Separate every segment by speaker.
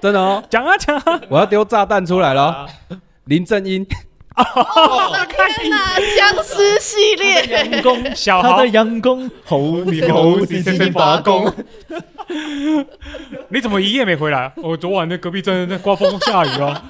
Speaker 1: 真的哦，
Speaker 2: 讲啊讲啊，
Speaker 1: 我要丢炸弹出来了。哦林正英，
Speaker 3: 哦天哪，僵尸系列，
Speaker 2: 阳公小
Speaker 4: 他
Speaker 2: 豪
Speaker 4: 的，阳光猴子猴子先生拔弓，
Speaker 2: 你怎么一夜没回来？我昨晚那隔壁真的在刮风下雨啊，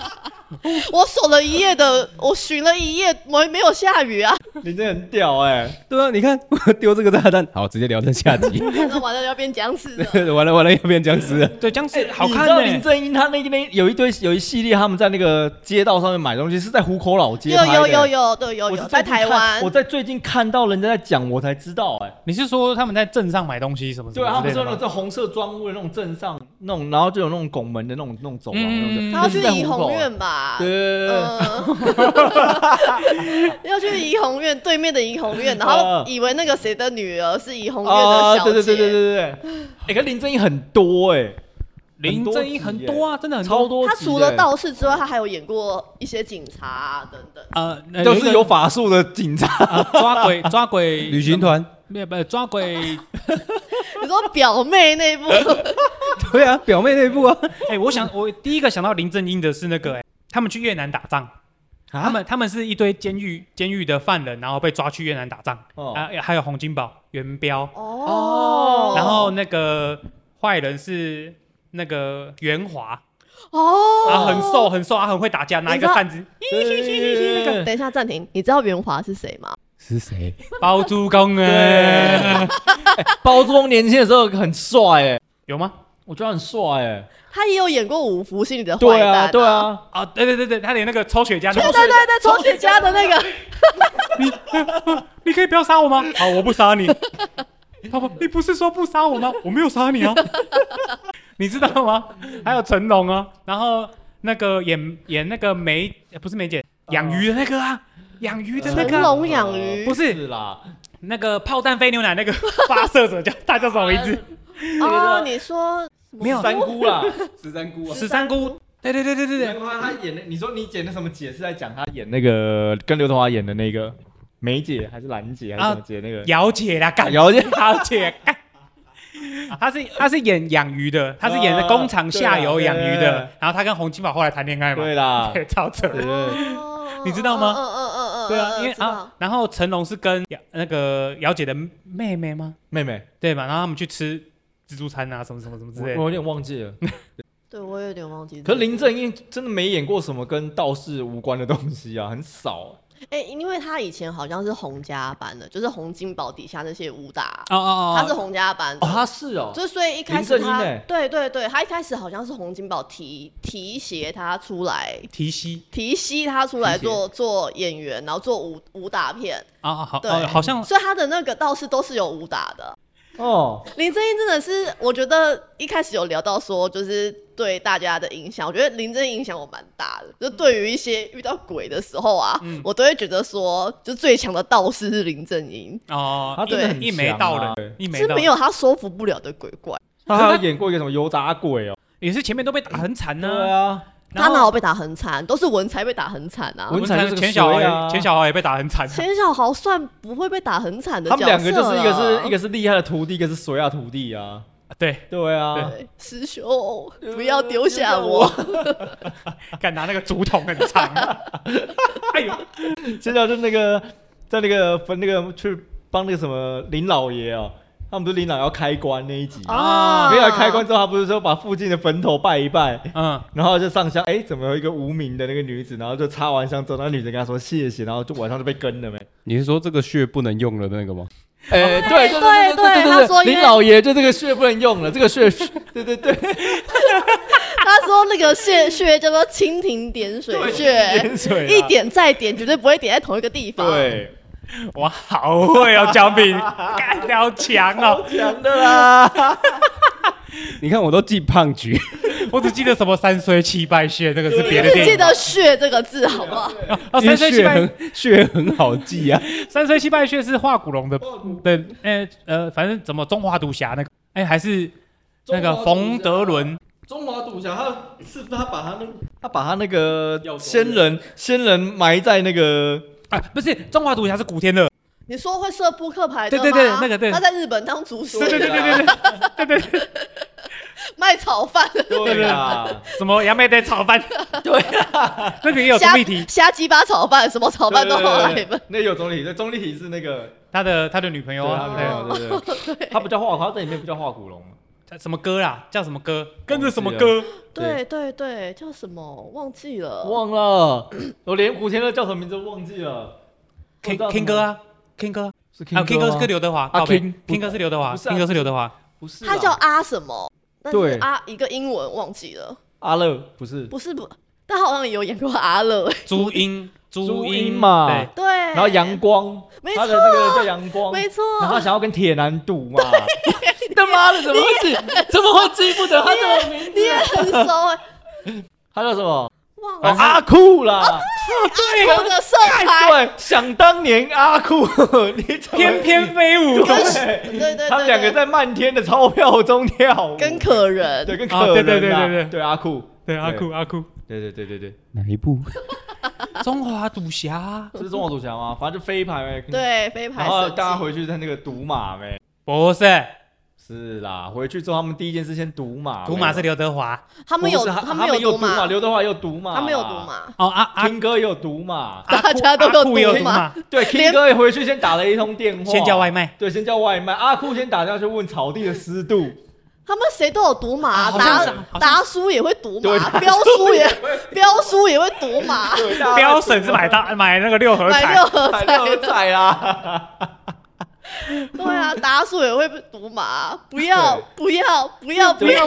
Speaker 3: 我守了一夜的，我寻了一夜，我没有下雨啊。
Speaker 4: 你这很屌哎！
Speaker 1: 对啊，你看 我丢这个炸弹，好，直接聊成下集。
Speaker 3: 那完了要变僵尸 了。
Speaker 1: 完了完了，又变僵尸了。
Speaker 2: 对，僵尸好
Speaker 3: 欸
Speaker 4: 你知道
Speaker 2: 看欸
Speaker 4: 林
Speaker 2: 呢。
Speaker 4: 正英他那那有一堆有一系列他们在那个街道上面买东西，是在虎口老街
Speaker 3: 有
Speaker 4: 拍的
Speaker 3: 有有有，对有
Speaker 4: 我是
Speaker 3: 有，
Speaker 4: 最
Speaker 3: 在
Speaker 4: 近
Speaker 3: 台
Speaker 4: 看
Speaker 3: 湾
Speaker 4: 我，在最近看到人家在讲，我才知道哎。
Speaker 2: 你是说他们在镇上买东西什么什
Speaker 4: 对啊，他
Speaker 2: 么之
Speaker 4: 们
Speaker 2: 类
Speaker 4: 说
Speaker 2: 的吗？
Speaker 4: 那种红色砖屋的那种镇上那种，然后就有那种拱门的那种那种走啊廊那种
Speaker 2: 嗯
Speaker 4: 的。
Speaker 3: 他要去
Speaker 4: 那是在
Speaker 3: 怡
Speaker 4: 虎口
Speaker 3: 红
Speaker 4: 啊
Speaker 3: 院吧？
Speaker 4: 对对对对对，
Speaker 3: 嗯， 要去怡红院对面的怡红 院，然后
Speaker 4: 啊
Speaker 3: 以为那个谁的女儿是怡红院的
Speaker 4: 啊，
Speaker 3: 嗯小姐，
Speaker 4: 对对对对对对，哎，跟林正英很多哎，
Speaker 2: 林正英很多啊，真的很
Speaker 4: 超
Speaker 2: 多。
Speaker 4: 多集欸
Speaker 3: 她
Speaker 4: 耶。
Speaker 3: 除了道士之外，她还有演过一些警察啊等等。
Speaker 2: 呃，呃
Speaker 4: 欸就
Speaker 2: 一个
Speaker 4: 是有法术的警察，
Speaker 2: 啊 抓鬼抓鬼
Speaker 1: 旅行团，
Speaker 2: 没有不抓 鬼。
Speaker 3: 你说表妹那 部
Speaker 1: 对啊，表妹那部啊，
Speaker 2: 哎，我想我第一个想到林正英的是那个，哎，他们去越南打仗。他们他们是一堆监狱监狱的犯人，然后被抓去越南打仗
Speaker 4: 哦
Speaker 2: 啊，还有洪金宝、元彪，
Speaker 3: 哦，
Speaker 2: 然后那个坏人是那个袁华
Speaker 3: 哦，
Speaker 2: 啊，很瘦。很瘦啊，很会打架，拿一个扇子
Speaker 4: 对对
Speaker 3: 等一下暂停，你知道袁华是谁 吗？
Speaker 1: 是谁？
Speaker 2: 包租公 哎，
Speaker 4: 包租公年轻的时候很帅哎，
Speaker 2: 有吗？
Speaker 4: 我觉得很帅哎。
Speaker 3: 他也有演过《五福星》里的坏
Speaker 4: 对
Speaker 3: 蛋、
Speaker 4: 啊，对。啊，
Speaker 2: 啊，对对对对，他连那个抽雪茄，
Speaker 3: 对对对， 抽雪茄的那个，
Speaker 2: 你可以不要杀我吗？好，我不杀你。他说：“你不是说不杀我吗？我没有杀 你啊，你知道吗？还有成龙啊，然后那个演演那个梅，呃不是梅姐，养鱼的那个啊，养鱼的那个
Speaker 3: 成
Speaker 2: 啊、
Speaker 3: 龙养鱼
Speaker 2: 不是
Speaker 4: 啦，
Speaker 2: 那个炮弹飞牛奶那个 发射者叫他叫什么名字？
Speaker 3: 哦，你说
Speaker 2: 没有
Speaker 4: 三姑 啦，啊
Speaker 1: 十三姑啊，
Speaker 2: 十三姑。对对对对对
Speaker 4: 对
Speaker 2: 对，
Speaker 4: 他他演的，你说你演的什么姐是在讲他演那个跟刘德华演的那个梅姐还是兰姐还是什么姐那个？
Speaker 2: 姚姐啦，干
Speaker 4: 姚姐
Speaker 2: 姚姐干。哎他是他是演养鱼的，他是演的工厂下游养鱼
Speaker 4: 啊对啊对对
Speaker 2: 的
Speaker 4: 对，
Speaker 2: 然后他跟洪金宝后来谈恋爱嘛，
Speaker 4: 对啦，
Speaker 2: 对，超扯。
Speaker 4: 对对
Speaker 3: 哦
Speaker 2: 你知道吗
Speaker 3: 嗯嗯嗯嗯嗯，
Speaker 2: 对啊，因为
Speaker 3: 知道
Speaker 2: 啊，然后成龙是跟姚那个姚姐的妹妹吗？
Speaker 4: 妹妹，
Speaker 2: 对吧？然后他们去吃自助餐啊，什么什么什么之
Speaker 4: 我
Speaker 2: 类
Speaker 4: 我
Speaker 2: 的。
Speaker 4: 有点忘记了。
Speaker 3: 对我有点忘记。
Speaker 4: 可是林，正英真的没演过什么跟道士无关的东西啊，很少。
Speaker 3: 哎、因为他以前好像是洪家班的，就是洪金宝底下那些武打，
Speaker 2: 哦哦
Speaker 3: 他是洪家班的。
Speaker 4: 哦，他是哦，
Speaker 3: 就是所以一开
Speaker 4: 林
Speaker 3: 始
Speaker 4: 正英
Speaker 3: 他，
Speaker 4: 欸
Speaker 3: 对对对，他一开始好像是洪金宝提提携他出来，
Speaker 2: 提膝
Speaker 3: 提携他出来
Speaker 4: 提携
Speaker 3: 做做演员，然后做武武打片，
Speaker 2: 啊啊好，
Speaker 3: 对
Speaker 2: 哦好像
Speaker 3: 所以他的那个道士都是有武打的。
Speaker 4: 哦，
Speaker 3: 林正英真的是，我觉得一开始有聊到说，就是对大家的影响，我觉得林正英影响我蛮大的。就对于一些遇到鬼的时候啊，
Speaker 4: 嗯
Speaker 3: 我都会觉得说，就最强的道士是林正英，
Speaker 2: 哦
Speaker 4: 他真的
Speaker 3: 对
Speaker 4: 很
Speaker 2: 一眉
Speaker 4: 强
Speaker 2: 道
Speaker 4: 啊
Speaker 2: 人，一眉
Speaker 3: 是
Speaker 2: 道
Speaker 3: 没
Speaker 2: 人
Speaker 3: 有他收服不了的鬼怪。
Speaker 4: 他还有演过一个什么油炸鬼哦？
Speaker 2: 也是前面都被打很惨
Speaker 4: 对
Speaker 2: 呢。
Speaker 4: 啊，
Speaker 2: 然
Speaker 3: 他
Speaker 2: 后
Speaker 3: 哪有被打很惨？都是文才被打很惨啊。
Speaker 4: 文才就是个
Speaker 2: 钱小豪
Speaker 4: 衰
Speaker 2: 也
Speaker 4: 啊
Speaker 2: 钱小豪也被打很惨啊。
Speaker 3: 钱小豪算不会被打很惨的
Speaker 4: 他
Speaker 3: 角
Speaker 4: 们
Speaker 3: 色
Speaker 4: 两个就是一个
Speaker 3: 了
Speaker 4: 是一个是厉害的徒弟，一个是水下徒弟啊。
Speaker 2: 对，
Speaker 4: 对啊，
Speaker 3: 对师兄，不要丢下我。
Speaker 2: 敢拿那个竹筒很长。 哎呦，
Speaker 4: 现在就那个在那个分那个去帮那个什么林老爷哦，他们不是林老爷要开棺那一集，
Speaker 3: 啊
Speaker 4: 没有开棺之后，他不是说把附近的坟头拜一拜，
Speaker 2: 嗯，
Speaker 4: 然后就上香，哎，怎么有一个无名的那个女子，然后就插完香之后，那女的跟他说谢谢，然后就晚上就被跟了没？
Speaker 1: 你是说这个穴不能用了的那个吗？
Speaker 4: 哎，对
Speaker 3: 对对对他说因为
Speaker 4: 爷就这个穴不能用了，这个穴，对对对，
Speaker 3: 他说那个穴穴叫做蜻蜓点水穴，
Speaker 4: 盐水啊
Speaker 3: 一点再点，绝对不会点在同一个地方。
Speaker 4: 对，
Speaker 2: 我好会哦，姜饼，干得好强哦！
Speaker 4: 真的啦。
Speaker 1: 你看我都记胖局，
Speaker 2: 我只记得什么三衰七败穴，那个是别的
Speaker 3: 只
Speaker 2: 电
Speaker 3: 记
Speaker 2: 影
Speaker 3: 得“穴”这个字，好不好？
Speaker 1: 因
Speaker 2: 哦。三
Speaker 1: 为
Speaker 2: 衰七
Speaker 1: 穴
Speaker 2: 败，
Speaker 1: 很穴很好记啊。
Speaker 2: 三衰七败穴是化骨龙的的，呃呃，反正怎么中华独侠那个，哎，还是那个冯德伦
Speaker 4: 中华赌侠，他是他把他那他把他那个仙人仙人埋在那个
Speaker 2: 啊，不是中华独侠是古 天乐，
Speaker 3: 你说会射扑克牌的吗？
Speaker 2: 对对对那个对
Speaker 4: 啊
Speaker 3: 他在日本当主厨，
Speaker 2: 对对对对对对对对，
Speaker 3: 卖炒饭，
Speaker 4: 对啊，
Speaker 2: 什么杨梅得炒 饭，
Speaker 5: 对啊，
Speaker 2: 那个也有
Speaker 3: 虾
Speaker 2: 综艺题，
Speaker 3: 虾鸡巴炒饭，什么炒饭都
Speaker 4: 对对
Speaker 3: 好
Speaker 4: 对
Speaker 3: 来
Speaker 4: 对
Speaker 3: 们。
Speaker 4: 那有钟丽缇，那钟丽缇是那个
Speaker 2: 他的他的女朋友
Speaker 4: 对
Speaker 2: 啊，
Speaker 4: 他没
Speaker 2: 对，
Speaker 4: 有，对对对， 他不叫画，他在里面不叫画骨龙，啊
Speaker 2: 他什么歌啦，叫什么歌，跟着什么
Speaker 4: 忘记
Speaker 2: 歌，
Speaker 3: 对
Speaker 4: 对
Speaker 3: 对对，叫什么忘记了？
Speaker 4: 忘了，我连古天乐叫什么名字都忘记了
Speaker 2: King
Speaker 4: 我不知道
Speaker 2: King 哥啊，King 哥，
Speaker 4: 是 King
Speaker 2: 啊 King
Speaker 4: 哥
Speaker 2: 哥
Speaker 4: 吗
Speaker 2: 是刘德华
Speaker 4: 啊
Speaker 2: 靠北
Speaker 4: King-
Speaker 2: ，King 哥是刘德华
Speaker 4: 不是啊
Speaker 2: ，King 哥是刘德华，
Speaker 4: 不是啦，
Speaker 3: 他叫阿什么？但
Speaker 4: 对
Speaker 3: 是阿一个英文忘记了，
Speaker 4: 阿乐，不是，
Speaker 3: 不是不，但他好像也有演过阿乐。欸
Speaker 2: 朱茵，朱
Speaker 4: 朱
Speaker 2: 茵
Speaker 4: 茵嘛
Speaker 2: 对，
Speaker 3: 对，
Speaker 4: 然
Speaker 3: 然
Speaker 4: 后阳光，
Speaker 3: 没
Speaker 4: 他
Speaker 3: 错
Speaker 4: 的那个叫阳光，
Speaker 3: 没错，
Speaker 4: 然后他想要跟铁男赌嘛，
Speaker 5: 他妈的怎么会记，怎么会记不得他的名字？
Speaker 3: 你也很熟 哎、
Speaker 4: 他叫什么？
Speaker 3: 忘
Speaker 4: 哦
Speaker 3: 了
Speaker 4: 阿酷啦，
Speaker 3: 我的社团，
Speaker 4: 对，想当年阿酷，你怎么
Speaker 2: 翩翩飞舞，
Speaker 4: 对，
Speaker 3: 对对对，
Speaker 4: 他们两个
Speaker 3: 对
Speaker 4: 在漫天的钞票中跳舞，
Speaker 3: 跟可人，
Speaker 4: 对跟
Speaker 2: 啊对
Speaker 4: 可人
Speaker 2: 对
Speaker 4: 啊
Speaker 2: 对对对
Speaker 4: 对阿酷，
Speaker 2: 对，阿酷阿酷，
Speaker 4: 对对对对对，
Speaker 1: 哪一部？
Speaker 2: 中华赌侠，
Speaker 4: 这是中国赌侠吗？反正就飞盘呗，
Speaker 3: 对飞牌
Speaker 4: 然
Speaker 3: 神器，
Speaker 4: 后大家回去在那个赌马呗。
Speaker 2: 不是，
Speaker 4: 是啦，回去之后他们第一件事先赌马，
Speaker 2: 赌马是刘德华，
Speaker 3: 他们有
Speaker 4: 不是他
Speaker 3: 们
Speaker 4: 有
Speaker 3: 有
Speaker 4: 赌
Speaker 3: 马，
Speaker 4: 刘德华有赌马，
Speaker 3: 他们有赌，马，
Speaker 2: 哦阿阿
Speaker 4: 听哥也有赌马，
Speaker 2: 阿
Speaker 3: 大
Speaker 2: 酷
Speaker 3: 家都
Speaker 2: 阿酷
Speaker 3: 有
Speaker 2: 也有
Speaker 3: 赌
Speaker 2: 赌
Speaker 3: 马
Speaker 2: 马，
Speaker 4: 对，听
Speaker 3: 连
Speaker 4: 哥也回去先打了一通电话，
Speaker 2: 先叫外卖，
Speaker 4: 对，先叫外卖。阿酷先打电话去问草地的湿度，
Speaker 3: 他们谁都有赌
Speaker 2: 啊
Speaker 3: 马，
Speaker 2: 好像
Speaker 3: 达
Speaker 2: 是好像是
Speaker 3: 达叔也会赌
Speaker 4: 对
Speaker 3: 马，彪叔也 彪叔也会赌 马，
Speaker 4: 对，大家
Speaker 2: 标准是买 大买那个六合
Speaker 3: 买
Speaker 2: 彩
Speaker 3: 六，合
Speaker 4: 买
Speaker 3: 彩
Speaker 4: 六合彩啦，
Speaker 3: 对啊，达叔也会赌马，不要不要不要不要，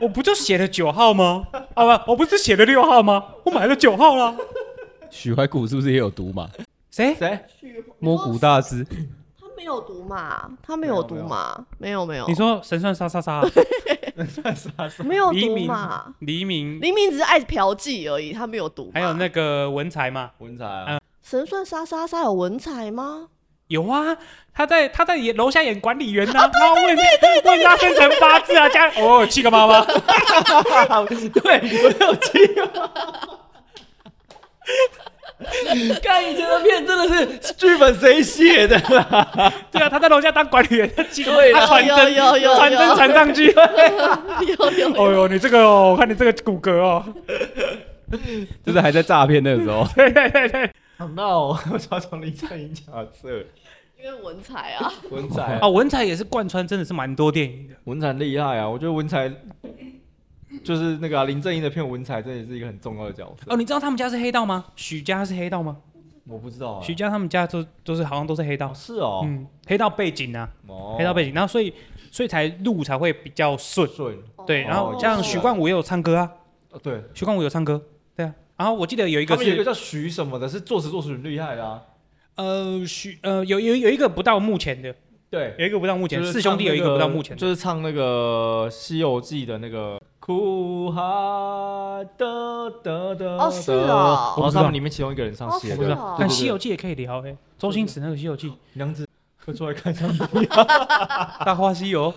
Speaker 2: 我不就写了九号吗？啊不，我不是写了六号吗？我买了九号啦。
Speaker 1: 许怀古是不是也有毒嘛？
Speaker 2: 谁？
Speaker 4: 谁？
Speaker 1: 摸骨大师，
Speaker 3: 他没有赌马，他没有赌马，没有没有，
Speaker 2: 你说神算杀杀 杀，
Speaker 3: 没有
Speaker 2: 黎
Speaker 3: 赌
Speaker 2: 明
Speaker 3: 马，，
Speaker 2: 黎明，
Speaker 3: 黎明只是爱嫖妓而已，他没有赌
Speaker 2: 还
Speaker 3: 马。
Speaker 2: 有那个文才嘛，
Speaker 4: 文采啊，
Speaker 3: 神算莎莎莎有文采吗？
Speaker 2: 有啊，他在他在演楼下演管理员
Speaker 3: 啊
Speaker 2: 呐、然后问问他生辰八字 啊，家哦有七个妈 妈，
Speaker 4: 对，我有记得。
Speaker 5: 看以前的片真的是，
Speaker 4: 剧本谁写的啦？
Speaker 2: 对啊，他在楼下当管理员，他七个妈
Speaker 4: 对啦
Speaker 2: 他传真
Speaker 3: 有有 有
Speaker 2: 传真
Speaker 3: 有
Speaker 2: 传上 去，
Speaker 3: 有有有
Speaker 2: 哦呦你这个哦，我看你这个骨骼哦，，
Speaker 1: 就是还在诈骗那个时候
Speaker 2: 对对对对，
Speaker 4: 好闹哦，我要从林正英角色，
Speaker 3: 因为文采啊，
Speaker 4: 文采啊
Speaker 2: 啊文才也是贯穿真的是蛮多电影的，
Speaker 4: 文采厉害啊！我觉得文采就是那个啊、林正英的片，文采真的是一个很重要的角色。
Speaker 2: 哦你知道他们家是黑道吗？许家是黑道吗？
Speaker 4: 我不知道啊，
Speaker 2: 许家他们家都都是好像都是黑道
Speaker 4: 哦，是哦，
Speaker 2: 嗯，黑道背景啊，
Speaker 4: 哦，
Speaker 2: 黑道背景，然后所以所以才路才会比较顺，
Speaker 4: 顺，
Speaker 2: 对，然后
Speaker 4: 哦
Speaker 2: 像
Speaker 4: 是
Speaker 2: 许
Speaker 4: 啊
Speaker 2: 冠武也有唱歌啊，
Speaker 4: 哦对，
Speaker 2: 徐冠武有唱歌，对啊。然后我记得有一
Speaker 4: 他
Speaker 2: 个
Speaker 4: 们有一个
Speaker 2: 是
Speaker 4: 叫徐什么的，是作词作曲很厉害的啊。
Speaker 2: 呃徐呃有有有一个不到目前的，
Speaker 4: 对，
Speaker 2: 有一个不到目前，
Speaker 4: 就是
Speaker 2: 四
Speaker 4: 唱
Speaker 2: 兄弟有一
Speaker 4: 那
Speaker 2: 个不到目前的，
Speaker 4: 就是唱那个《西游记》的那个苦哈的的的。
Speaker 3: 哦是哦
Speaker 4: 然后
Speaker 2: 我不知道
Speaker 4: 他们里面其中一个人上
Speaker 3: 哦
Speaker 4: 写
Speaker 3: 是
Speaker 2: 不知
Speaker 4: 的，
Speaker 2: 道
Speaker 3: 哦。
Speaker 2: 但《西游记》也可以聊哎，周星驰那个《西游记》《
Speaker 4: 娘子，快出来看一下你。
Speaker 2: 大话西游》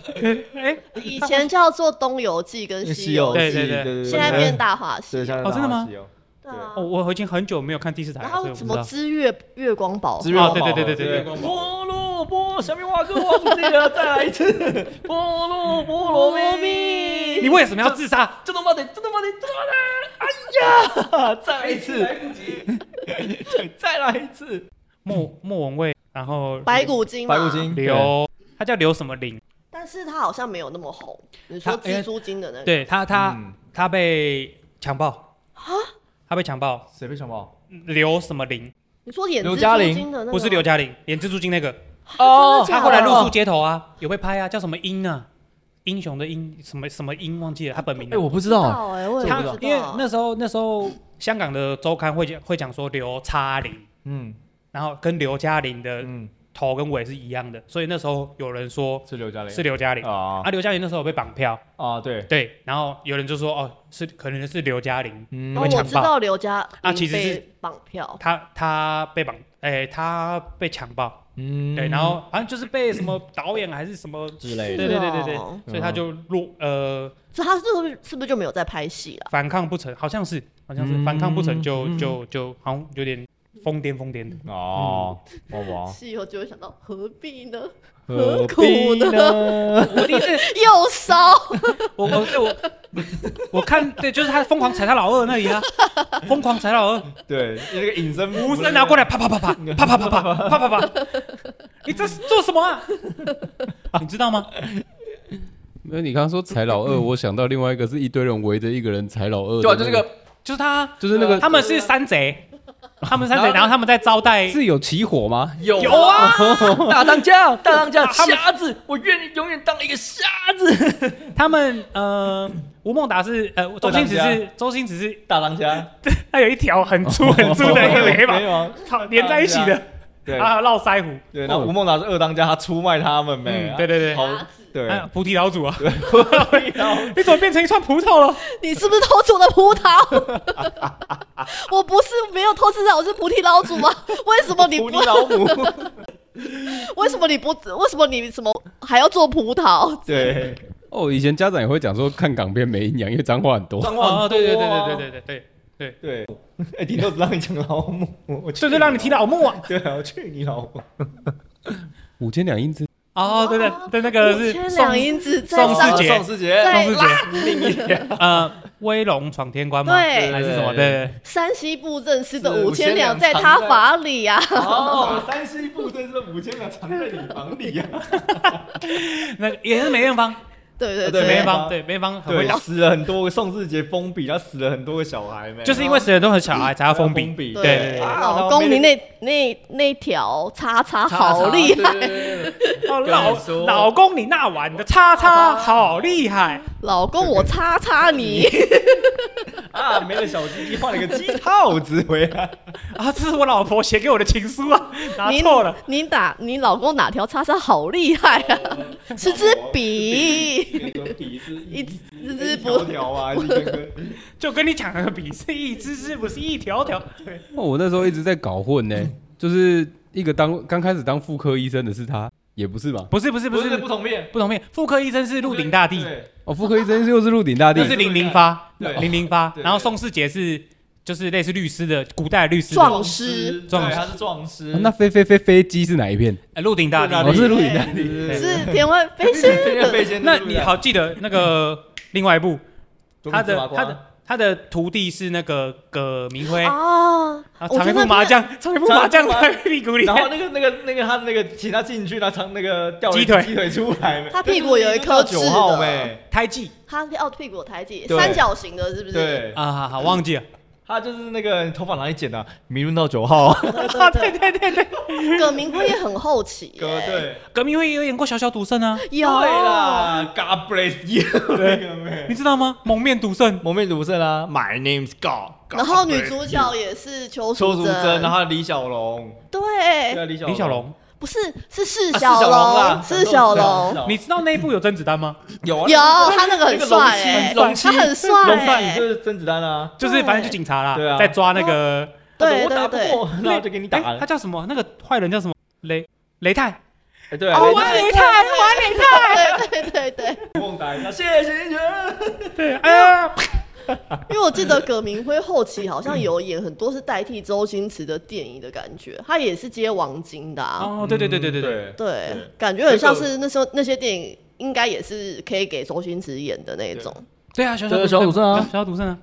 Speaker 2: 哎，
Speaker 3: 以前叫做《东游记》跟《西游记
Speaker 2: 对对对》，
Speaker 4: 对
Speaker 3: 现在变大话西
Speaker 4: 对，。现在
Speaker 2: 哦真的吗
Speaker 4: 大话西游
Speaker 3: 对 啊
Speaker 2: 哦，，我已经很久没有看第四台了，
Speaker 3: 然
Speaker 2: 所以
Speaker 3: 后
Speaker 2: 我不知
Speaker 3: 什么
Speaker 2: 道。
Speaker 3: 知月月光宝
Speaker 4: 资
Speaker 3: 盒，
Speaker 4: 源
Speaker 2: 啊对
Speaker 4: 宝
Speaker 2: 对对
Speaker 4: 嘛
Speaker 2: 对对对
Speaker 4: 菠萝菠，小米花哥忘记了，再来一次。 菠萝菠萝蜜，
Speaker 2: 你为什么要自杀？
Speaker 4: 这他妈的，这他妈的，这他 妈的，哎呀，再来一次，再来一次。
Speaker 2: 莫莫文蔚，然后
Speaker 3: 白骨精嘛，
Speaker 4: 白骨精
Speaker 2: 啊刘，他叫刘什么林？
Speaker 3: 但是他好像没有那么红。你说
Speaker 2: 他哎
Speaker 3: 蜘蛛精的那个，
Speaker 2: 对他他
Speaker 4: 嗯
Speaker 2: 他被强暴啊，他被强暴，
Speaker 4: 谁被强暴？
Speaker 2: 刘什么林？
Speaker 3: 你说演
Speaker 4: 刘
Speaker 3: 蜘
Speaker 4: 嘉
Speaker 3: 蛛
Speaker 4: 玲
Speaker 3: 精的那个
Speaker 2: 不是刘嘉玲，演蜘蛛精那个。
Speaker 3: 哦
Speaker 2: 他
Speaker 3: 假
Speaker 2: 后来露宿
Speaker 4: 哦。
Speaker 2: 街头啊，有被拍啊，叫什么英啊，英雄的英，什么什么英忘记了他本名啊
Speaker 4: 哎，
Speaker 2: 了。
Speaker 4: 我不知
Speaker 3: 不知
Speaker 4: 道，
Speaker 3: 道哎，我也
Speaker 2: 他
Speaker 3: 不
Speaker 2: 因
Speaker 3: 知
Speaker 2: 为
Speaker 3: 道。
Speaker 2: 那时候那时候香港的周刊会讲会讲说刘叉林，
Speaker 4: 嗯
Speaker 2: 然后跟刘嘉玲的
Speaker 4: 嗯，
Speaker 2: 头跟尾是一样的，所以那时候有人说
Speaker 4: 是刘嘉玲，
Speaker 2: 是刘嘉玲
Speaker 3: 哦
Speaker 4: 啊
Speaker 2: 啊，刘嘉玲那时候有被绑票，
Speaker 4: 啊，对，
Speaker 2: 对，然后有人就说哦是可能是刘嘉玲，
Speaker 4: 嗯
Speaker 2: 因
Speaker 3: 哦，
Speaker 2: 为
Speaker 3: 我
Speaker 2: 强
Speaker 3: 知
Speaker 2: 暴，
Speaker 3: 道刘嘉
Speaker 2: 啊
Speaker 3: 玲
Speaker 2: 其实
Speaker 3: 被
Speaker 2: 是
Speaker 3: 绑票，
Speaker 2: 他他被绑，哎他被强暴，
Speaker 4: 嗯
Speaker 2: 对，然后好像就是被什么导演还是什么，
Speaker 4: 之类
Speaker 2: 对对
Speaker 4: 的，
Speaker 2: 对对对
Speaker 3: 是哦，
Speaker 2: 所以他就落呃。
Speaker 3: 所以他是不是是不是就没有在拍戏了？
Speaker 2: 反抗不成，好像是，好像是、
Speaker 4: 嗯
Speaker 2: 反抗不成就，
Speaker 4: 嗯
Speaker 2: 就就好像有点疯癫疯癫的。
Speaker 4: 哦，哇哇，
Speaker 3: 是以后就会想到何必呢？
Speaker 4: 何
Speaker 3: 苦
Speaker 4: 必呢？
Speaker 2: 我第一次，
Speaker 3: 又烧，
Speaker 2: 我我对我我看对，就是他疯狂踩他老二那里 啊，疯狂踩老二，
Speaker 4: 对，那个隐身
Speaker 2: 无声拿过来，啪啪啪 啪啪啪啪啪啪啪啪， 你这是做什么啊？ 你知道吗？
Speaker 1: 那你刚刚说踩老二，我想到另外一个是一堆人围着一个人踩老二的那，
Speaker 5: 对啊，就是个
Speaker 2: 就是他，
Speaker 1: 就是那个
Speaker 2: 他们是山贼，他们山贼，然后他们在招待。
Speaker 1: 是有起火吗？
Speaker 5: 有
Speaker 2: 有啊，
Speaker 5: 大当 家，大当家，
Speaker 2: 他们
Speaker 5: 瞎子，我愿意永远当一个瞎子。
Speaker 2: 他们呃，吴孟达是呃，周星驰是周星驰是，
Speaker 4: 大当家，
Speaker 2: 他有一条很粗很粗的黑 尾
Speaker 4: 没
Speaker 2: 巴，
Speaker 4: 有啊，
Speaker 2: 靠连在一起的，
Speaker 4: 对
Speaker 2: 啊，络腮胡，
Speaker 4: 对，然后吴孟达是二当家，他出卖他们呗
Speaker 2: 嗯，对对对
Speaker 4: 好
Speaker 3: 鸭子，
Speaker 4: 对，
Speaker 2: 啊，菩提老祖啊， 你怎么变成一串葡萄了？
Speaker 3: 你是不是偷吃我的葡萄？ 我不是没有偷吃到，我是菩提老祖 吗？为什么你
Speaker 4: 狐
Speaker 3: 不
Speaker 4: 狸？老母，
Speaker 3: 为什么你不？为什么你什么还要做葡萄？
Speaker 4: 对，
Speaker 1: 哦，以前家长也会讲说看港片没营养，因为脏话很多。
Speaker 4: 脏话很多啊
Speaker 2: 哦对对对对对对对对
Speaker 4: 对，哎，顶多只让你讲老母，我去
Speaker 2: 对，对，让你提到木啊，
Speaker 4: 对啊，我去你老 母，
Speaker 1: 五千两银子，
Speaker 2: 哦，对对对，那个是
Speaker 3: 五千
Speaker 2: 宋
Speaker 3: 两银子在
Speaker 2: 宋
Speaker 3: 上
Speaker 2: 世杰
Speaker 4: 宋世杰，
Speaker 3: 在
Speaker 2: 宋世
Speaker 3: 拉
Speaker 2: 呃威龙闯天关吗？
Speaker 3: 对
Speaker 2: 还是什么？
Speaker 4: 对
Speaker 2: 对对
Speaker 3: 山西布政司的
Speaker 4: 是
Speaker 3: 五千两
Speaker 4: 五千两
Speaker 3: 在他法里呀、啊。
Speaker 4: 哦，山西部队是五千个藏在你房里 啊，
Speaker 2: 对，那个也是梅艳芳，
Speaker 3: 对哦对
Speaker 4: 对
Speaker 2: 梅艳
Speaker 4: 没办法
Speaker 2: 芳，对梅艳芳很会
Speaker 4: 对，
Speaker 2: 打，
Speaker 4: 死了很多个宋世杰封笔，他死了很多个小孩没，
Speaker 2: 就是因为死人都很小孩才要封
Speaker 4: 封
Speaker 2: 笔，
Speaker 4: 笔
Speaker 2: 对对对
Speaker 3: 啊
Speaker 4: 啊
Speaker 3: 老公，你那那那条叉叉好厉害，
Speaker 5: 害，
Speaker 2: 对，哦
Speaker 5: 跟
Speaker 2: 老
Speaker 5: 你说
Speaker 2: 老公你那碗的叉叉好厉害，
Speaker 3: 老公我叉叉你，
Speaker 4: 啊，没了小鸡，换了个鸡套子回来，
Speaker 2: 啊，这是我老婆写给我的情书啊，拿
Speaker 3: 你
Speaker 2: 错了。
Speaker 3: 你打你老公哪条叉叉好厉害啊？ 是支笔，
Speaker 4: 那个笔哦是
Speaker 3: 一支一支
Speaker 4: 不
Speaker 3: 不
Speaker 4: 条啊，一根根，
Speaker 2: 就跟你讲的笔是一支支，不是一条条。对，
Speaker 1: 哦，我那时候一直在搞混呢，就是一个当刚开始当妇科医生的是他，也不是吧？
Speaker 2: 不是不是不是
Speaker 4: 不同面，
Speaker 2: 不同面，妇科医生是鹿鼎大帝，
Speaker 4: 对
Speaker 1: 哦，妇科医生又是鹿鼎大帝
Speaker 2: 那，是零零发，
Speaker 4: 对
Speaker 2: 零零发。
Speaker 4: 对
Speaker 2: 然后宋世杰是就是类似律师的古代律师的，
Speaker 3: 壮师
Speaker 2: 壮
Speaker 4: 对
Speaker 2: 士
Speaker 4: 他是壮士，
Speaker 1: 哦那飞飞飞飞机是哪一片？
Speaker 2: 呃鹿鼎大帝
Speaker 4: 鹿。
Speaker 1: 哦，
Speaker 4: 鼎
Speaker 1: 是鹿鼎大帝。
Speaker 4: 是
Speaker 3: 是田文飞
Speaker 4: 飞
Speaker 3: 是
Speaker 4: 飞仙
Speaker 2: 那你好记得那个另外一部，他的他的他的徒弟是那个葛明辉，
Speaker 3: 哦，
Speaker 2: 啊，
Speaker 3: 我
Speaker 2: 长
Speaker 3: 觉
Speaker 2: 一
Speaker 3: 得
Speaker 2: 副麻将，长一副麻将
Speaker 4: 长一副麻
Speaker 2: 在屁股里，
Speaker 4: 然后那个那个那个他的那个请他进去，他从那个掉了一
Speaker 2: 鸡腿
Speaker 4: 鸡腿出来没？
Speaker 3: 他屁股有一颗痣的
Speaker 4: 九号没？
Speaker 2: 胎记
Speaker 3: 他哦屁股抬起，
Speaker 4: 对
Speaker 3: 三角形的是不是？
Speaker 4: 对，
Speaker 2: 啊，好好忘记了，
Speaker 4: 他就是那个头发哪里剪的啊？迷路到九号，
Speaker 2: 啊，对对对对，
Speaker 3: 葛明辉也很好奇耶，
Speaker 4: 哥对，
Speaker 2: 葛明辉也有演过《小小赌圣》啊，
Speaker 3: 有
Speaker 4: 对啦，God bless you，那个
Speaker 2: 你
Speaker 4: 没？
Speaker 2: 知道吗？蒙面赌圣，
Speaker 4: 蒙面赌圣啊，My name's God，God
Speaker 3: 然后女
Speaker 4: bless
Speaker 3: 主
Speaker 4: you
Speaker 3: 角也是邱
Speaker 4: 邱淑贞，然
Speaker 3: 贞，
Speaker 4: 后李小龙，对
Speaker 3: 对，
Speaker 4: 啊，李小
Speaker 2: 李小龙，
Speaker 3: 不是是释
Speaker 4: 啊
Speaker 3: 小龙，释
Speaker 4: 是
Speaker 3: 小龙，
Speaker 2: 你知道那一部有甄子丹吗？
Speaker 4: 有
Speaker 3: 有他那个
Speaker 4: 那
Speaker 3: 很
Speaker 4: 个
Speaker 3: 帅哎，
Speaker 4: 龙七
Speaker 3: 他很帅
Speaker 4: 龙善宇
Speaker 3: 哎
Speaker 4: 就，是甄子丹啊，
Speaker 2: 就是反正就警察啦，
Speaker 4: 对啊
Speaker 2: 在抓那个
Speaker 3: 对
Speaker 4: 我
Speaker 3: 对
Speaker 4: 打不
Speaker 3: 对，
Speaker 4: 过，那我就给你打
Speaker 2: 哎
Speaker 4: 了
Speaker 2: 他，叫什么？那个坏人叫什么？雷雷泰，
Speaker 4: 哎对啊，
Speaker 3: 哦，
Speaker 4: 那
Speaker 3: 雷泰，玩雷泰，对对对对，
Speaker 4: 孟达，谢谢全。
Speaker 2: 对，哎呀，
Speaker 3: 因为我记得葛明辉后期好像有演很多是代替周星驰的电影的感觉，他也是接王晶的啊，
Speaker 2: 哦，对对对对对对，
Speaker 4: 对
Speaker 3: 对
Speaker 4: 对，
Speaker 3: 感觉很像是那时候那些电影应该也是可以给周星驰演的那种，
Speaker 2: 对啊，小
Speaker 4: 对小赌圣啊
Speaker 2: 小赌圣啊，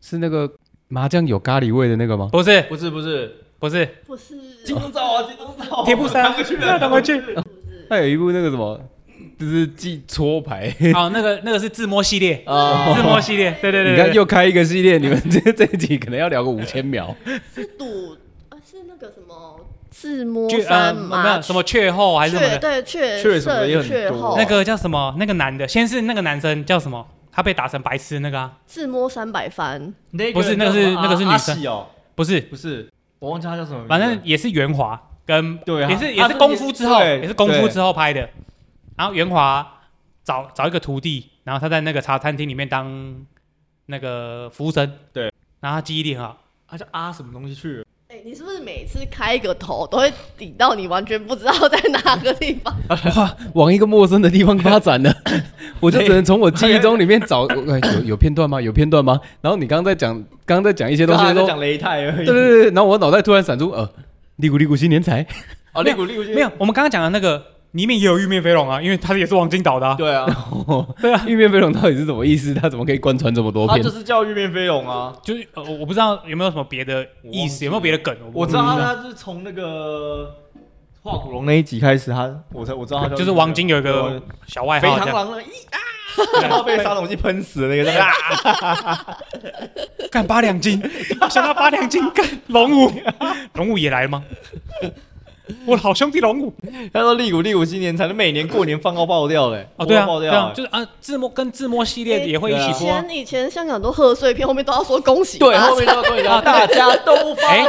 Speaker 1: 是那个麻酱有咖喱味的那 个吗？
Speaker 2: 不是
Speaker 4: 不是不是，
Speaker 2: 不是，
Speaker 3: 不是
Speaker 4: 金钟罩啊，金钟罩，
Speaker 2: 铁布衫
Speaker 4: 弹回去了，
Speaker 2: 那赶快去。
Speaker 1: 他有一部那个什么，就是记搓牌。
Speaker 2: 哦，那个那个是自摸系列，
Speaker 4: 啊，
Speaker 2: 自摸系列，对对对，
Speaker 1: 你看
Speaker 2: 对
Speaker 1: 又开一个系列，你们这这一集可能要聊个五千秒。
Speaker 3: 是赌啊，是那个什么自摸
Speaker 2: 雀呃
Speaker 3: 三
Speaker 2: 啊没
Speaker 3: 吗
Speaker 2: 有？什么雀后还是什么
Speaker 3: 雀
Speaker 2: 的，
Speaker 3: 对雀
Speaker 4: 雀什么的也很
Speaker 3: 雀
Speaker 4: 多
Speaker 3: 后
Speaker 2: 那个叫什么？那个男的，先是那个男生叫什么？他被打成白痴那个啊，
Speaker 3: 自摸三百番，
Speaker 4: 那个
Speaker 2: 不是那个是那个是女生
Speaker 4: 阿喜哦，
Speaker 2: 不是，
Speaker 4: 不是，我忘记他叫什么名字了，
Speaker 2: 反正也是圆滑跟
Speaker 4: 对啊
Speaker 2: 也是也
Speaker 4: 他
Speaker 2: 是
Speaker 4: 是
Speaker 2: 功夫之后，
Speaker 4: 对
Speaker 2: 也是功夫
Speaker 4: 对
Speaker 2: 之后拍的。然后圆滑找找一个徒弟，然后他在那个茶餐厅里面当那个服务生，
Speaker 4: 对，
Speaker 2: 然后他记忆力很好，
Speaker 4: 他叫阿什么东西去了，
Speaker 3: 哎、每你是不是每次开一个头都会顶到你完全不知道在哪个地方？
Speaker 1: 哇，往一个陌生的地方发展 了，我就只能从我记忆中里面找，哎，有有片段吗？有片段吗？然后你刚刚在讲，刚刚在讲一些东西
Speaker 4: 大
Speaker 1: 的时
Speaker 4: 家在
Speaker 1: 候，
Speaker 4: 讲雷泰而
Speaker 1: 对
Speaker 4: 已。
Speaker 1: 对对，对然后我脑袋突然闪出，呃，利古利古新年财，
Speaker 4: 啊，肋骨肋骨
Speaker 2: 没有，我们刚刚讲的那个里面也有玉面飞龙啊，因为它也是王金岛的、啊。
Speaker 4: 对啊，
Speaker 1: 对 啊，玉面飞龙到底是什么意思？它怎么可以贯穿这么多
Speaker 4: 他
Speaker 1: 片
Speaker 4: 啊就？是叫玉面飞龙啊。
Speaker 2: 就是呃，我我不知道有没有什么别的意思，有没有别的梗？
Speaker 4: 我
Speaker 2: 我
Speaker 4: 知道他他是从那个画骨龙那一集开始，他我才我知道他
Speaker 2: 嗯
Speaker 4: 叫
Speaker 2: 就是王晶有一
Speaker 4: 对
Speaker 2: 个小外
Speaker 4: 肥
Speaker 2: 号，
Speaker 4: 螳
Speaker 2: 这样
Speaker 4: 螂那个一啊，然后被杀虫剂喷死的那个那个啊，
Speaker 2: 干八两金，想到八两金干龙武，龙武也来吗？ 我的好兄弟龙武
Speaker 4: 他说利古利古新年才能每年过年放到爆掉嘞。
Speaker 2: 哦，对啊，
Speaker 4: 播到爆
Speaker 2: 对
Speaker 4: 掉
Speaker 2: 啊
Speaker 4: 欸，，
Speaker 2: 就是啊，自摸跟自摸系 列也会一
Speaker 3: 以
Speaker 2: 起播啊
Speaker 3: 前以前香港很多贺岁片后面都要说恭喜
Speaker 4: 对，
Speaker 3: 发
Speaker 4: 后面就对了，哎大家都发
Speaker 2: 啊哎，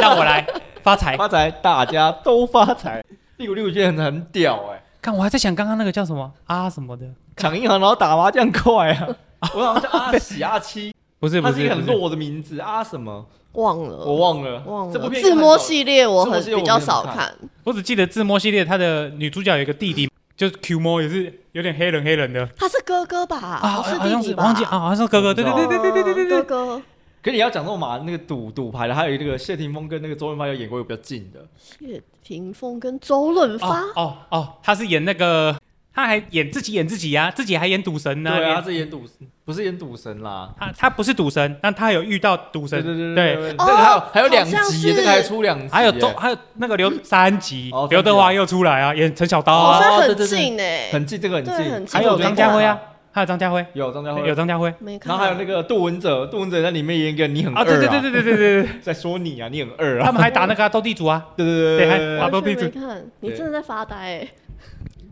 Speaker 2: 让我来发 财。
Speaker 4: 发财，大家都发财。利古利古新年很屌哎，
Speaker 2: 看，我还在想刚刚那个叫什么啊什么的，
Speaker 4: 抢银行然后打麻将快 啊。我好像叫阿喜阿七，
Speaker 2: 不是
Speaker 4: 他
Speaker 2: 不
Speaker 4: 是一
Speaker 2: 是
Speaker 4: 个很
Speaker 2: 不是，
Speaker 4: 弱的名字，阿什么
Speaker 3: 忘了，
Speaker 4: 我忘了，
Speaker 3: 呃忘
Speaker 4: 这部
Speaker 3: 了。
Speaker 4: 片
Speaker 3: 自摸系列我
Speaker 4: 自摸
Speaker 3: 很
Speaker 4: 系列我
Speaker 3: 比较
Speaker 4: 没有
Speaker 3: 少
Speaker 4: 看
Speaker 3: 看，
Speaker 2: 我只记得自摸系列它的女主角有一个弟弟，就是 Q 摸也是有点黑人黑人的
Speaker 3: 他是哥哥吧？哦
Speaker 2: 啊，
Speaker 4: 哦
Speaker 3: 不是
Speaker 2: 好
Speaker 3: 弟
Speaker 2: 像
Speaker 3: 弟
Speaker 2: 是
Speaker 3: 吧？哦
Speaker 2: 忘记啊，好像是哥哥，对对对对对对对对对
Speaker 3: 哥。哥
Speaker 4: 可你要讲这种嘛，那个赌赌牌的，还有那个谢霆锋跟那个周润发有演过有比较近的，
Speaker 3: 谢霆锋跟周润发，
Speaker 4: 啊
Speaker 2: 哦哦哦，他是演那个，他还演自己演自己呀、自己还演赌神呢、
Speaker 4: 对啊，他
Speaker 2: 演
Speaker 4: 是演赌，不是演赌神啦。
Speaker 2: 他他不是赌神，但他有遇到赌神，
Speaker 4: 对对对
Speaker 2: 对
Speaker 4: 对，
Speaker 3: 哦
Speaker 4: 那个还有还有两
Speaker 3: 好像
Speaker 4: 集，
Speaker 3: 是
Speaker 4: 这个还出两集耶，
Speaker 2: 还有周还有那个刘三集
Speaker 4: 哦，
Speaker 2: 刘德
Speaker 4: 三
Speaker 2: 华
Speaker 4: 集
Speaker 2: 又出来啊，演陈小刀
Speaker 3: 好
Speaker 2: 啊，
Speaker 3: 像
Speaker 4: 对
Speaker 3: 很
Speaker 4: 对对
Speaker 3: 近哎，
Speaker 4: 很近，这个很
Speaker 3: 对很
Speaker 4: 近，
Speaker 3: 近
Speaker 2: 还有
Speaker 3: 我没
Speaker 2: 张家辉
Speaker 3: 看
Speaker 2: 啊，还有张家辉，
Speaker 4: 有张家辉
Speaker 2: 有，张家辉
Speaker 3: 没看。
Speaker 4: 然后还有那个杜文泽，杜文泽在里面演一个你嗯很二
Speaker 2: 啊，对对对对对对对 对，
Speaker 4: 对，在说你啊，你很二
Speaker 2: 他
Speaker 4: 啊，
Speaker 2: 们还打那个啊斗地主啊，
Speaker 4: 对
Speaker 2: 对
Speaker 4: 对对
Speaker 2: 还
Speaker 4: 对
Speaker 2: 打
Speaker 4: 对，
Speaker 2: 斗
Speaker 3: 完
Speaker 2: 地
Speaker 3: 全
Speaker 2: 主
Speaker 3: 没看，你真的在发呆欸。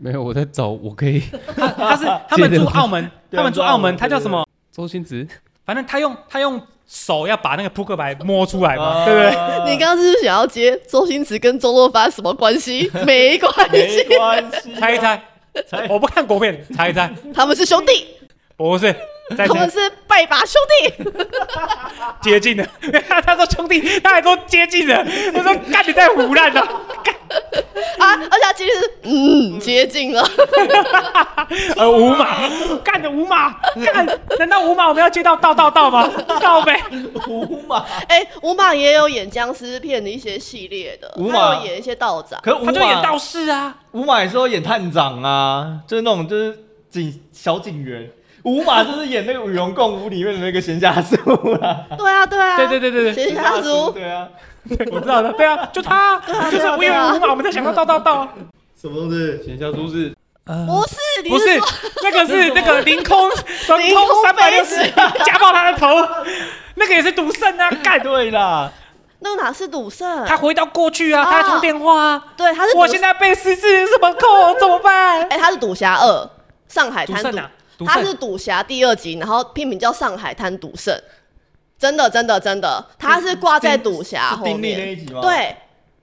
Speaker 1: 没有，我在找，我可以。
Speaker 2: 他是他们住澳门，
Speaker 4: 对啊
Speaker 2: 他们住澳门，他叫什么？
Speaker 1: 周星驰，
Speaker 2: 反正他用他用手要把那个扑克牌摸出来嘛，
Speaker 4: 啊
Speaker 2: 对不对？
Speaker 3: 你刚刚是不是想要接周星驰跟周润发什么关 系？没关
Speaker 4: 没
Speaker 3: 系，
Speaker 4: 关系，啊
Speaker 2: 猜一猜
Speaker 4: 猜，
Speaker 2: 我不看国片，猜一猜，
Speaker 3: 他们是兄弟，
Speaker 2: 不是，再
Speaker 3: 他
Speaker 2: 猜
Speaker 3: 们是拜把兄 弟。
Speaker 2: 接近的， 他说兄弟，他还说接近的，我说干你在胡乱 的，
Speaker 3: 啊，而且他其实是嗯接近 了，
Speaker 2: 呃五马，干的五马，干，难道五马我们要接到道道道吗？道呗，
Speaker 4: 五马，
Speaker 3: 哎、五马也有演僵尸片的一些系列的，
Speaker 4: 五马
Speaker 3: 他有演一些道长，
Speaker 4: 可是五
Speaker 2: 他就演
Speaker 4: 马
Speaker 2: 道士啊，
Speaker 4: 五马也是要演探长啊，就是那种就是警小警员，五马 就是演那个《与龙共舞》里面的那个闲暇叔啦，
Speaker 3: 对啊对啊，
Speaker 2: 对对对对对，
Speaker 3: 闲暇族，
Speaker 4: 对啊，
Speaker 2: 我知道的，对啊，就他啊，就是我以为五马，我们在想到道道道啊，
Speaker 4: 什么东西？ 闲暇叔是嗯
Speaker 3: 不是你
Speaker 2: 不是
Speaker 3: 说，
Speaker 2: 那个是那个凌空腾
Speaker 3: 凌
Speaker 2: 空
Speaker 3: 空
Speaker 2: 三百六十
Speaker 3: 飞 行，
Speaker 2: 夹爆他的头，那个也是赌圣啊，干，
Speaker 4: 对啦，
Speaker 3: 那哪是赌圣？
Speaker 2: 他回到过去啊，他还通电话啊。
Speaker 3: 对他是
Speaker 2: 我
Speaker 3: 赌
Speaker 2: 现在被失智什么扣怎么办？
Speaker 3: 哎、他是赌侠二，上海滩
Speaker 2: 赌圣啊
Speaker 3: 赌，
Speaker 2: 赌
Speaker 3: 他
Speaker 2: 圣
Speaker 3: 是赌侠第二集，然后片名叫上海滩赌圣，真的真的真的，他是挂在赌侠
Speaker 4: 是
Speaker 3: 后
Speaker 4: 丁力那一
Speaker 3: 面，
Speaker 4: 集吗？，
Speaker 3: 对，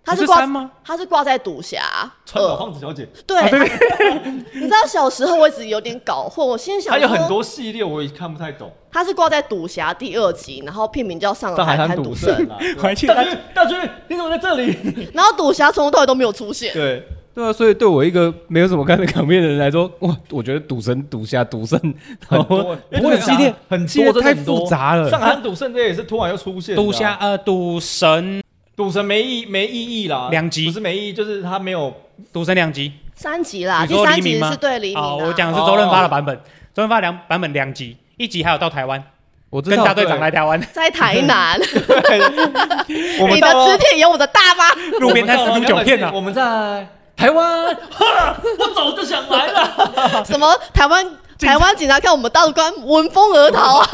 Speaker 3: 他
Speaker 2: 不是
Speaker 3: 挂
Speaker 2: 三吗啊
Speaker 3: 他是挂在赌侠
Speaker 4: 川岛
Speaker 3: 二，
Speaker 4: 芳子小姐，
Speaker 3: 对， 你知道小时候我一直有点搞混，我心想
Speaker 4: 她有很
Speaker 3: 说
Speaker 4: 多系列我也看不太懂，
Speaker 3: 他是挂在赌侠第二集，然后片名叫上
Speaker 4: 上
Speaker 3: 海
Speaker 4: 海滩
Speaker 3: 滩
Speaker 4: 呃赌
Speaker 3: 圣
Speaker 4: 圣，啊，
Speaker 2: 怀庆
Speaker 4: 大军大军，你怎么在这里？
Speaker 3: 然后赌侠从头到尾都没有出现，
Speaker 4: 对，
Speaker 1: 对啊，所以对我一个没有什么看的港片的人来说，哇，我觉得赌神、赌侠、赌圣，然后
Speaker 4: 因
Speaker 1: 不
Speaker 4: 为
Speaker 1: 会
Speaker 4: 赌
Speaker 1: 系
Speaker 4: 侠
Speaker 1: 列
Speaker 4: 很
Speaker 1: 系列
Speaker 4: 多，
Speaker 1: 太
Speaker 4: 真的很
Speaker 1: 复
Speaker 4: 啊多
Speaker 1: 杂了。
Speaker 4: 上海滩赌圣这也是突然又出现的啊，
Speaker 2: 赌侠呃，赌神，
Speaker 4: 赌神没意没意义啦，
Speaker 2: 两集
Speaker 4: 不是没意义，就是他没有
Speaker 2: 赌神两集
Speaker 3: 三集啦，
Speaker 2: 你
Speaker 3: 第
Speaker 2: 说
Speaker 3: 三
Speaker 2: 黎明
Speaker 3: 集
Speaker 2: 吗
Speaker 3: 是对黎明的啊、
Speaker 2: 哦，我讲的是周润发的版本，周润发两版本两集，一集还有到台湾，
Speaker 1: 我知
Speaker 2: 跟
Speaker 1: 道
Speaker 2: 大队长来台湾，
Speaker 3: 在台南，
Speaker 4: 我们
Speaker 3: 你的
Speaker 4: 到
Speaker 3: 支片有我的 大吗？
Speaker 2: 路边摊四五九片啊呐
Speaker 4: 我，们在台湾，我早就想来 了。
Speaker 3: 什么台湾台湾警察看我们大陆官闻风而逃 啊！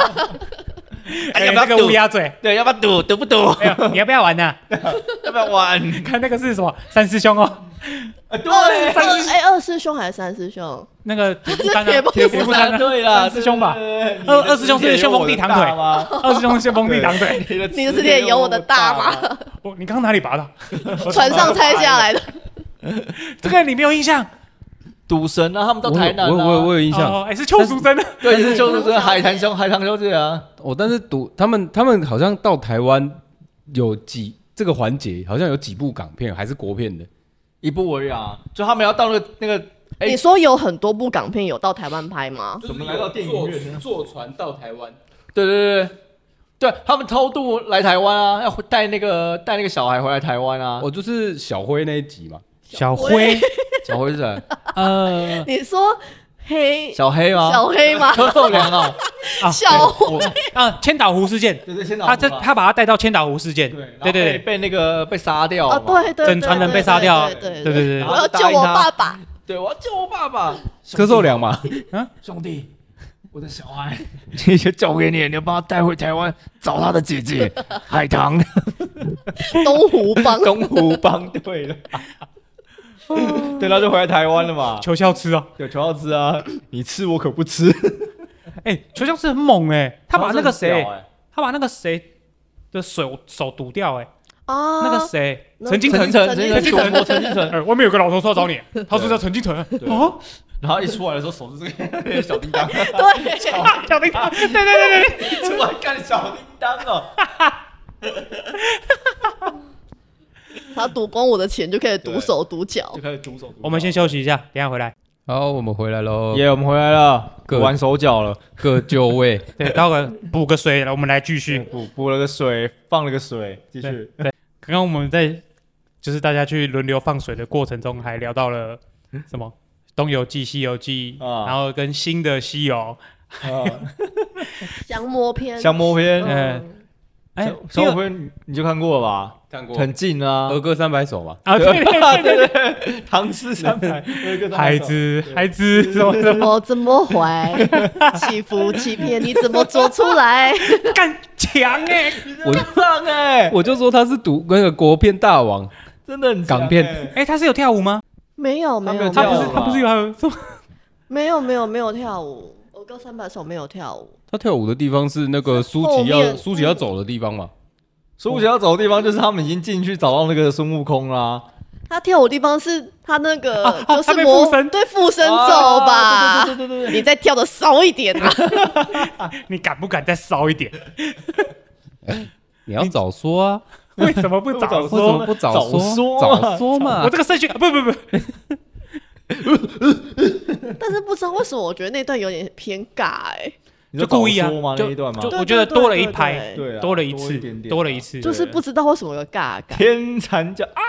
Speaker 2: 哎呀，
Speaker 4: 要不要
Speaker 2: 那个
Speaker 4: 赌
Speaker 2: 乌鸦嘴，
Speaker 4: 对，要不要赌？赌不赌？
Speaker 2: 哎呦你要不要玩呐？
Speaker 4: 要不要 玩？
Speaker 2: 看那个是什么三师兄哦，
Speaker 4: 啊对，
Speaker 3: 二师哎，二师兄还是三师兄？
Speaker 2: 那个铁布衫啊
Speaker 3: 铁布，
Speaker 2: 铁
Speaker 4: 不
Speaker 2: 布衫啊，
Speaker 4: 对啦，
Speaker 2: 三师兄吧
Speaker 4: 对对对
Speaker 2: 二
Speaker 4: 你的
Speaker 2: 二师兄是旋风地堂腿
Speaker 4: 有我的大吗？
Speaker 2: 二师兄是风力党队，
Speaker 4: 对， 你
Speaker 3: 你的
Speaker 4: 字
Speaker 3: 字典有我的大
Speaker 4: 吗？
Speaker 3: 吗？
Speaker 2: 我你刚刚哪里拔的？
Speaker 3: 船上拆下来的，
Speaker 2: 这个你没有印象
Speaker 4: 赌神啊，他们到台南啊，
Speaker 1: 我有我有我有印象，
Speaker 2: 哦？哎，是邱淑贞的，
Speaker 4: 对，是就是这个海棠
Speaker 1: 哦
Speaker 4: 兄，海棠兄弟啊，
Speaker 1: 我但是赌他们他们好像到台湾有几这个环节好像有几部港片还是国片的，
Speaker 4: 一步为啊，就他们要到那个那个哎
Speaker 3: 你说有很多部港片有到台湾拍吗？
Speaker 4: 怎么来到电影院呢
Speaker 1: 坐船到台湾，
Speaker 4: 对对对对，对他们偷渡来台湾啊，要带那个带那个小孩回来台湾啊。
Speaker 1: 我哦就是小辉那一集嘛，
Speaker 2: 小灰，
Speaker 4: 小辉是谁？
Speaker 2: 呃，
Speaker 3: 你说黑
Speaker 4: 小黑吗？
Speaker 3: 小黑吗？
Speaker 4: 柯受良啊，
Speaker 2: 啊
Speaker 3: 小
Speaker 2: 对我 啊，千岛湖事件，
Speaker 4: 对对，先
Speaker 2: 他这他把他带到千岛湖事件，
Speaker 4: 对
Speaker 2: 对对对，
Speaker 4: 被那个被杀掉
Speaker 3: 啊，对对，
Speaker 2: 整船人被杀掉
Speaker 3: 对对
Speaker 2: 对对对
Speaker 3: 我要救我爸爸，
Speaker 4: 对，我要救我爸爸，
Speaker 1: 柯受良嘛，
Speaker 4: 兄弟，我的小孩，这些交给 你，你要帮他带回台湾，找他的姐 姐海棠，
Speaker 3: 东湖 帮
Speaker 4: 东湖帮对了。
Speaker 2: 哦
Speaker 4: 对，他就回来台湾了 嘛。
Speaker 2: 求孝吃啊，
Speaker 4: 有求要吃啊，你吃我可不 吃。
Speaker 2: 哎，求孝吃很猛哎，他把那个
Speaker 4: 很
Speaker 2: 谁
Speaker 4: 屌，欸
Speaker 2: 他把那个谁的手手堵掉哎，
Speaker 3: 啊，
Speaker 2: 那个谁，
Speaker 3: 那
Speaker 2: 陈金
Speaker 4: 陈
Speaker 2: 城
Speaker 4: 金，
Speaker 3: 陈
Speaker 4: 城，陈
Speaker 3: 金
Speaker 4: 金
Speaker 2: 城
Speaker 4: 城，我陈金城。
Speaker 2: 哎，外面有个老头说要找你，他说叫陈金城，哦，
Speaker 4: 然后一出来的时候，手是这个小叮当，一
Speaker 3: 对，
Speaker 2: 啊小叮当，对对对对对，
Speaker 4: 出来干小叮当哦。
Speaker 3: 他赌光我的钱就可以赌
Speaker 4: 对
Speaker 3: 手赌脚
Speaker 4: 就，开始毒手。
Speaker 2: 我们先休息一下，等一下回来，
Speaker 1: 好，我们回来喽，
Speaker 4: 耶，我们回来了，
Speaker 1: 各
Speaker 4: 玩手脚了，
Speaker 1: 各就位，
Speaker 2: 对，待会补个水，我们来继续。
Speaker 4: 补补了个水，放了个水，继续。
Speaker 2: 刚刚我们在就是大家去轮流放水的过程中，还聊到了什么《东游记》《西游记》
Speaker 4: 啊
Speaker 2: 然后跟新的西游，
Speaker 3: 降魔篇，
Speaker 4: 降啊魔篇，
Speaker 3: 嗯
Speaker 2: 嗯哎，第
Speaker 4: 降降
Speaker 2: 二
Speaker 4: 魔篇你就看过了吧？
Speaker 1: 看过
Speaker 4: 很近啊，
Speaker 1: 儿歌三百首嘛，
Speaker 2: 啊，对对对对
Speaker 4: 对对，唐诗三百，有一
Speaker 2: 对，
Speaker 4: 个 唐
Speaker 2: 孩
Speaker 4: 朝，
Speaker 2: 子孩子什么什么，
Speaker 3: 我怎么坏？欺负欺骗你怎么做出来？
Speaker 2: 干强哎，
Speaker 1: 我
Speaker 4: 很棒哎，
Speaker 1: 我就说他是读那个国片大王，
Speaker 4: 真的很强
Speaker 1: 港片
Speaker 4: 欸，
Speaker 2: 哎，他是有跳舞吗？
Speaker 3: 没有没有，
Speaker 4: 他
Speaker 2: 他
Speaker 4: 没有
Speaker 2: 不
Speaker 4: 跳
Speaker 2: 是
Speaker 4: 舞
Speaker 2: 他不是有什么？
Speaker 3: 没有没有没有跳舞，我歌三百首没有跳舞，
Speaker 1: 他跳舞的地方是那个舒
Speaker 3: 后
Speaker 1: 淇要
Speaker 3: 面
Speaker 1: 舒淇要走的地方嘛，
Speaker 4: 孙悟空要走的地方就是他们已经进去找到那个孙悟空啦，
Speaker 3: 他跳舞的地方是他那个
Speaker 2: 啊他
Speaker 3: 就是
Speaker 2: 被
Speaker 3: 魔
Speaker 2: 附身
Speaker 3: 对附身咒
Speaker 4: 啊
Speaker 3: 吧
Speaker 4: 对，对对对对
Speaker 3: 你再跳的骚一点啊！
Speaker 2: 你敢不敢再骚一点？
Speaker 1: 你要早说啊，
Speaker 2: 为什么不早
Speaker 1: 为什
Speaker 2: 说
Speaker 1: 么？不早
Speaker 4: 早
Speaker 1: 说？啊
Speaker 4: 说
Speaker 1: 早说嘛
Speaker 2: 我，这个顺序啊不不不，
Speaker 3: 但是不知道为什么，我觉得那段有点偏尬哎、
Speaker 4: 你
Speaker 2: 就
Speaker 4: 说
Speaker 2: 故意啊
Speaker 4: 早说吗，
Speaker 2: 就
Speaker 4: 那一段吗？
Speaker 2: 就
Speaker 3: 对
Speaker 2: 我觉得
Speaker 3: 对
Speaker 2: 多了一
Speaker 3: 对
Speaker 2: 拍
Speaker 3: 对
Speaker 4: 对啊，
Speaker 2: 多了一
Speaker 4: 一点
Speaker 2: 次，
Speaker 4: 点
Speaker 2: 多了
Speaker 4: 啊
Speaker 2: 一次，
Speaker 3: 就是不知道为什么有尬 感，
Speaker 4: 天蚕角啊，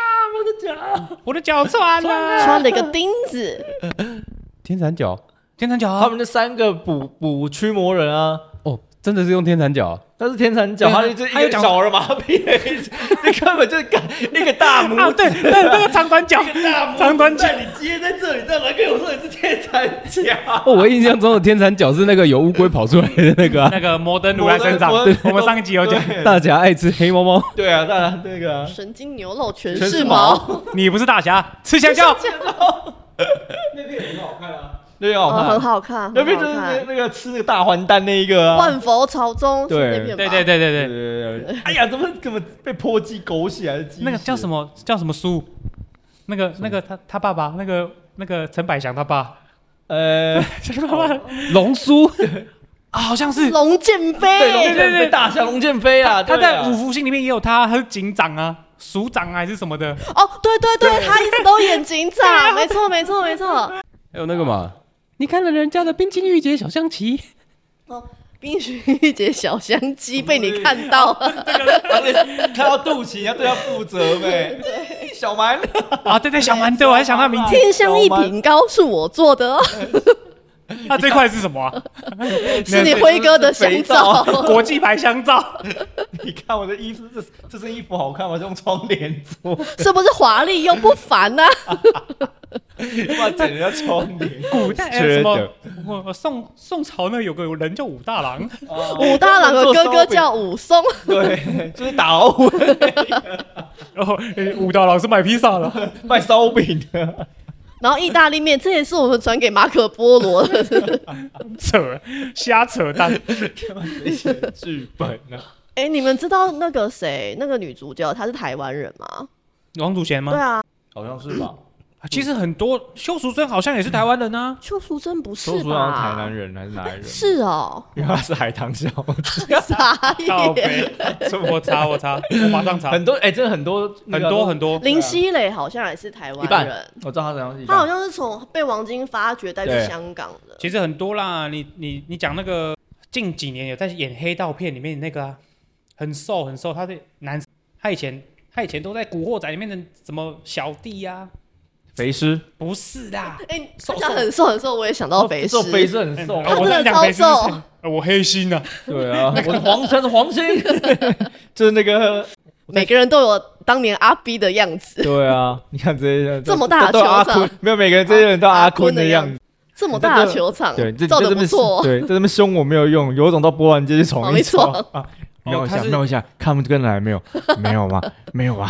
Speaker 2: 我的脚穿了，
Speaker 3: 穿啊了一个钉子，
Speaker 1: 天蚕角
Speaker 2: 天蚕脚啊，
Speaker 4: 他们这三个捕捕驱魔人啊，
Speaker 1: 哦，真的是用天蚕角啊，
Speaker 4: 但是天蚕角，
Speaker 2: 对啊
Speaker 4: 他就
Speaker 2: 他
Speaker 4: 一
Speaker 2: 又
Speaker 4: 个
Speaker 2: 讲
Speaker 4: 小儿麻痹的意 思，你根本就是干一个大
Speaker 2: 啊，
Speaker 4: 拇指，
Speaker 2: 对对，那个长短脚，长短脚，
Speaker 4: 在你接在这里，再来跟我说你是天蚕角。
Speaker 1: 哦，我印象中的天蚕角是那个有乌龟跑出来的那个 啊，
Speaker 2: 那个摩登如来神掌
Speaker 4: 摩登，
Speaker 2: 我们上一集有讲，
Speaker 4: 对
Speaker 1: 大家爱吃黑猫猫，
Speaker 4: 对啊，大家那个啊
Speaker 3: 神经牛肉全
Speaker 4: 全是
Speaker 3: 是毛，
Speaker 2: 你不是大侠，吃香蕉，
Speaker 4: 那哦边好
Speaker 3: 啊，很
Speaker 4: 看，
Speaker 3: 好看，
Speaker 4: 那
Speaker 3: 很
Speaker 4: 边
Speaker 3: 好
Speaker 4: 就是那
Speaker 3: 看。
Speaker 4: 那个吃那个大还丹那一个啊。
Speaker 3: 万佛朝宗是那片吧？
Speaker 2: 对对对
Speaker 4: 对
Speaker 2: 对对，
Speaker 4: 对对，哎呀，怎么怎么被泼鸡狗血还是鸡血？啊
Speaker 2: 那个叫什
Speaker 4: 么？
Speaker 2: 么叫什么书？那个那个他他爸爸，那个那个陈百祥他爸，
Speaker 4: 呃，
Speaker 2: 陈爸爸
Speaker 1: 龙叔，
Speaker 2: 啊，好像是
Speaker 3: 龙剑
Speaker 4: 对龙
Speaker 3: 飞，
Speaker 4: 剑
Speaker 2: 对对
Speaker 4: 飞大侠龙剑飞啊，
Speaker 2: 他
Speaker 4: 对
Speaker 2: 在
Speaker 4: 啊
Speaker 2: 五福星里面也有他，他是警长啊，署长啊还是什么的，
Speaker 3: 哦，对对对，他一直都演警
Speaker 4: 啊
Speaker 3: 长，没错没错没错。
Speaker 1: 还有那个嘛，
Speaker 5: 你看了人家的冰清玉洁小象棋，
Speaker 3: 哦，冰雪一姐小香鸡被你看到
Speaker 4: 哦
Speaker 3: 了，
Speaker 4: 他在他要肚脐，你要对他负责呗。小蛮，
Speaker 2: 啊，对对，小蛮，对我还想他名 字，
Speaker 3: 天香一品糕是我做的哦，
Speaker 2: 他最快是什么啊？
Speaker 4: 哎
Speaker 3: 是你辉哥的香皂。
Speaker 2: 国际白香皂，
Speaker 4: 你看我的衣服，这这身衣服好看吗？是用窗帘 做，
Speaker 3: 是不是华丽又不凡啊 呢、
Speaker 4: 哇，整人家窗帘。
Speaker 2: 古代哎什么？我我宋宋朝呢有个人叫武大郎，
Speaker 3: 武大郎的哥哥叫武松，
Speaker 4: 对，就是打老虎
Speaker 2: 然后哎武大郎是卖披萨了。
Speaker 4: 卖烧饼的，
Speaker 3: 然后意大利面，这也是我们传给马可波罗 的。
Speaker 2: 扯瞎扯淡。
Speaker 4: 剧本啊，
Speaker 3: 哎、你们知道那个谁，那个女主角她是台湾人吗？
Speaker 2: 王祖贤
Speaker 3: 对
Speaker 2: 吗？
Speaker 3: 啊，
Speaker 4: 好像是吧？
Speaker 2: 其实很多邱淑贞好像也是台湾人啊，
Speaker 3: 邱淑贞不是
Speaker 4: 说出像台南
Speaker 3: 吧？
Speaker 4: 人还是哪里人？
Speaker 3: 是哦，
Speaker 4: 因为他是海棠小姐，
Speaker 3: 傻
Speaker 2: 靠
Speaker 3: 眼。
Speaker 2: 北，我查我查，我马上查，
Speaker 4: 很多哎、真的很多
Speaker 2: 很多很多，
Speaker 3: 林熙蕾好像也是台
Speaker 4: 一半
Speaker 3: 湾人，
Speaker 4: 我知道他怎样是一
Speaker 3: 她好
Speaker 4: 半，
Speaker 3: 像是从被王晶发掘带
Speaker 4: 对
Speaker 3: 去香港的。
Speaker 2: 其实很多啦，你你你讲那个近几年有在演黑道片里面那个、啊，很瘦很瘦，他的男，他以前他以前都在《古惑仔》里面的什么小弟呀、
Speaker 4: 肥师，
Speaker 2: 啊，不是啦，
Speaker 3: 哎、
Speaker 2: 瘦
Speaker 3: 好像很瘦很瘦，我也想到肥师
Speaker 4: 做。肥师很瘦，
Speaker 2: 哎
Speaker 3: 他
Speaker 2: 我在
Speaker 3: 真的
Speaker 2: 讲
Speaker 3: 超
Speaker 2: 谁是谁
Speaker 3: 瘦
Speaker 2: 呃我黑心呐、啊，
Speaker 4: 对啊，我是皇城黄星，就是那个
Speaker 3: 每个人都有当年阿 B 的样子，
Speaker 4: 对啊，你看这些
Speaker 3: 这么大的
Speaker 4: 都都有阿
Speaker 3: 球场
Speaker 4: 坤，没有每个人这些人都阿坤的样子，
Speaker 3: 这么大的球场，
Speaker 4: 对，这
Speaker 3: 照的
Speaker 4: 这这
Speaker 3: 不
Speaker 4: 么
Speaker 3: 错。哦
Speaker 4: 对，在这么凶我没有用，有种到波兰街去
Speaker 3: 闯
Speaker 4: 闯
Speaker 3: 一
Speaker 4: 一
Speaker 3: 闯
Speaker 4: 啊！瞄
Speaker 2: 哦
Speaker 4: 一
Speaker 2: 他
Speaker 4: 下，
Speaker 2: 是
Speaker 4: 瞄一下，看不跟来没有？没有吗？没有啊！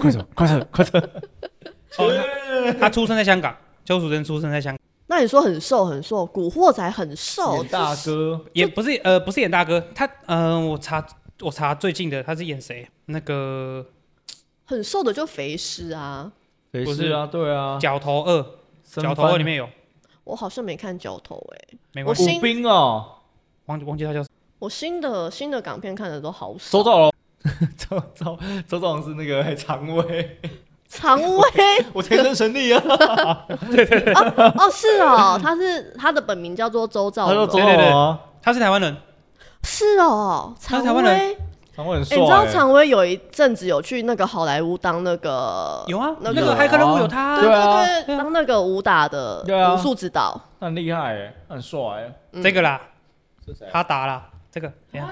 Speaker 4: 快走，快走，快走！
Speaker 2: 哦，他出生在香港，邱淑贞出生在香港，
Speaker 3: 那你说很瘦很瘦，古惑仔很瘦，
Speaker 4: 演大哥，
Speaker 2: 也不是呃不是演大哥，他呃我查我查最近的他是演谁？那个
Speaker 3: 很瘦的就肥师啊。
Speaker 4: 肥
Speaker 2: 不是
Speaker 4: 师啊，对啊，
Speaker 2: 角头二，
Speaker 4: 生
Speaker 2: 角头
Speaker 4: 番
Speaker 2: 二里面有，
Speaker 3: 我好像没看角头哎、
Speaker 2: 没
Speaker 3: 我
Speaker 2: 关系，
Speaker 3: 新
Speaker 4: 武兵哦，
Speaker 2: 忘记忘记他叫什么，
Speaker 3: 我新的新的港片看的都好少。
Speaker 4: 周兆龙，周周周兆龙是那个常威，
Speaker 3: 常威
Speaker 4: 我天生 神力啊！
Speaker 3: 哦，是哦，他是他的本名叫做周兆
Speaker 4: 他说
Speaker 3: 龙，
Speaker 4: 周兆龙啊，
Speaker 2: 他是台湾人，
Speaker 3: 呃是哦，
Speaker 2: 他
Speaker 3: 常
Speaker 2: 是台湾
Speaker 3: 威。
Speaker 2: 人
Speaker 3: 哎、
Speaker 4: 常威很
Speaker 3: 你知道
Speaker 4: 帅欸，
Speaker 3: 常威有一阵子有去那个好莱坞当那个
Speaker 2: 有啊，
Speaker 3: 那
Speaker 2: 那
Speaker 3: 个
Speaker 2: 个骇客任务有他啊、
Speaker 4: 对啊
Speaker 3: 对对，当那个武打的
Speaker 4: 对啊
Speaker 3: 武术指导。
Speaker 4: 他很厉害欸，他很帅欸，
Speaker 3: 嗯
Speaker 2: 这个啦，
Speaker 4: 是谁啊？
Speaker 2: 哈达啦，这个哎等一
Speaker 3: 啊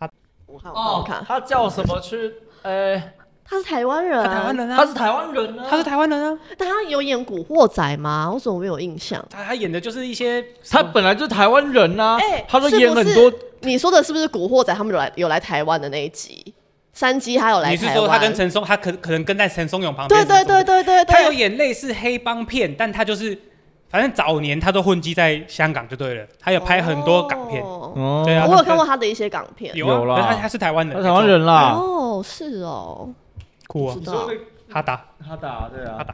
Speaker 2: 下
Speaker 3: 我看
Speaker 4: 哦
Speaker 3: 我，看，
Speaker 4: 他叫什么去？呃，
Speaker 3: 他是台湾人
Speaker 2: 他
Speaker 3: 啊，
Speaker 2: 台湾人
Speaker 4: 他
Speaker 2: 啊，
Speaker 4: 是台湾人啊，
Speaker 2: 他是台湾人啊，
Speaker 3: 但他有演《古惑仔》吗？我怎么没有印象？
Speaker 2: 他他演的就是一些
Speaker 4: 他本来就是台湾人啊
Speaker 3: 哎，
Speaker 4: 他都
Speaker 3: 是不
Speaker 4: 演很多
Speaker 3: 是你说的是不是《古惑仔》？他们有来有来台湾的那一集，山鸡他有来
Speaker 2: 你是
Speaker 3: 台
Speaker 2: 说
Speaker 3: 湾。
Speaker 2: 他跟陈松，他可可能跟在陈松勇旁边
Speaker 3: 对
Speaker 2: 什么什
Speaker 3: 对
Speaker 2: 么
Speaker 3: 对
Speaker 2: 的，
Speaker 3: 对对对，
Speaker 2: 他有演类似黑帮片，但他就是反正早年他都混迹在香港就对了，他有拍很多港片，
Speaker 3: 哦
Speaker 4: 哦
Speaker 2: 对啊
Speaker 3: 我有看过他的一些港片。
Speaker 2: 有啊，
Speaker 4: 有啦
Speaker 2: 可是他他是台湾人，
Speaker 4: 他台湾人
Speaker 2: 啊
Speaker 4: 啦。
Speaker 3: 哦，是哦，
Speaker 2: 酷啊
Speaker 3: 知，道。
Speaker 2: 哈达
Speaker 4: 他打对啊，
Speaker 2: 哈达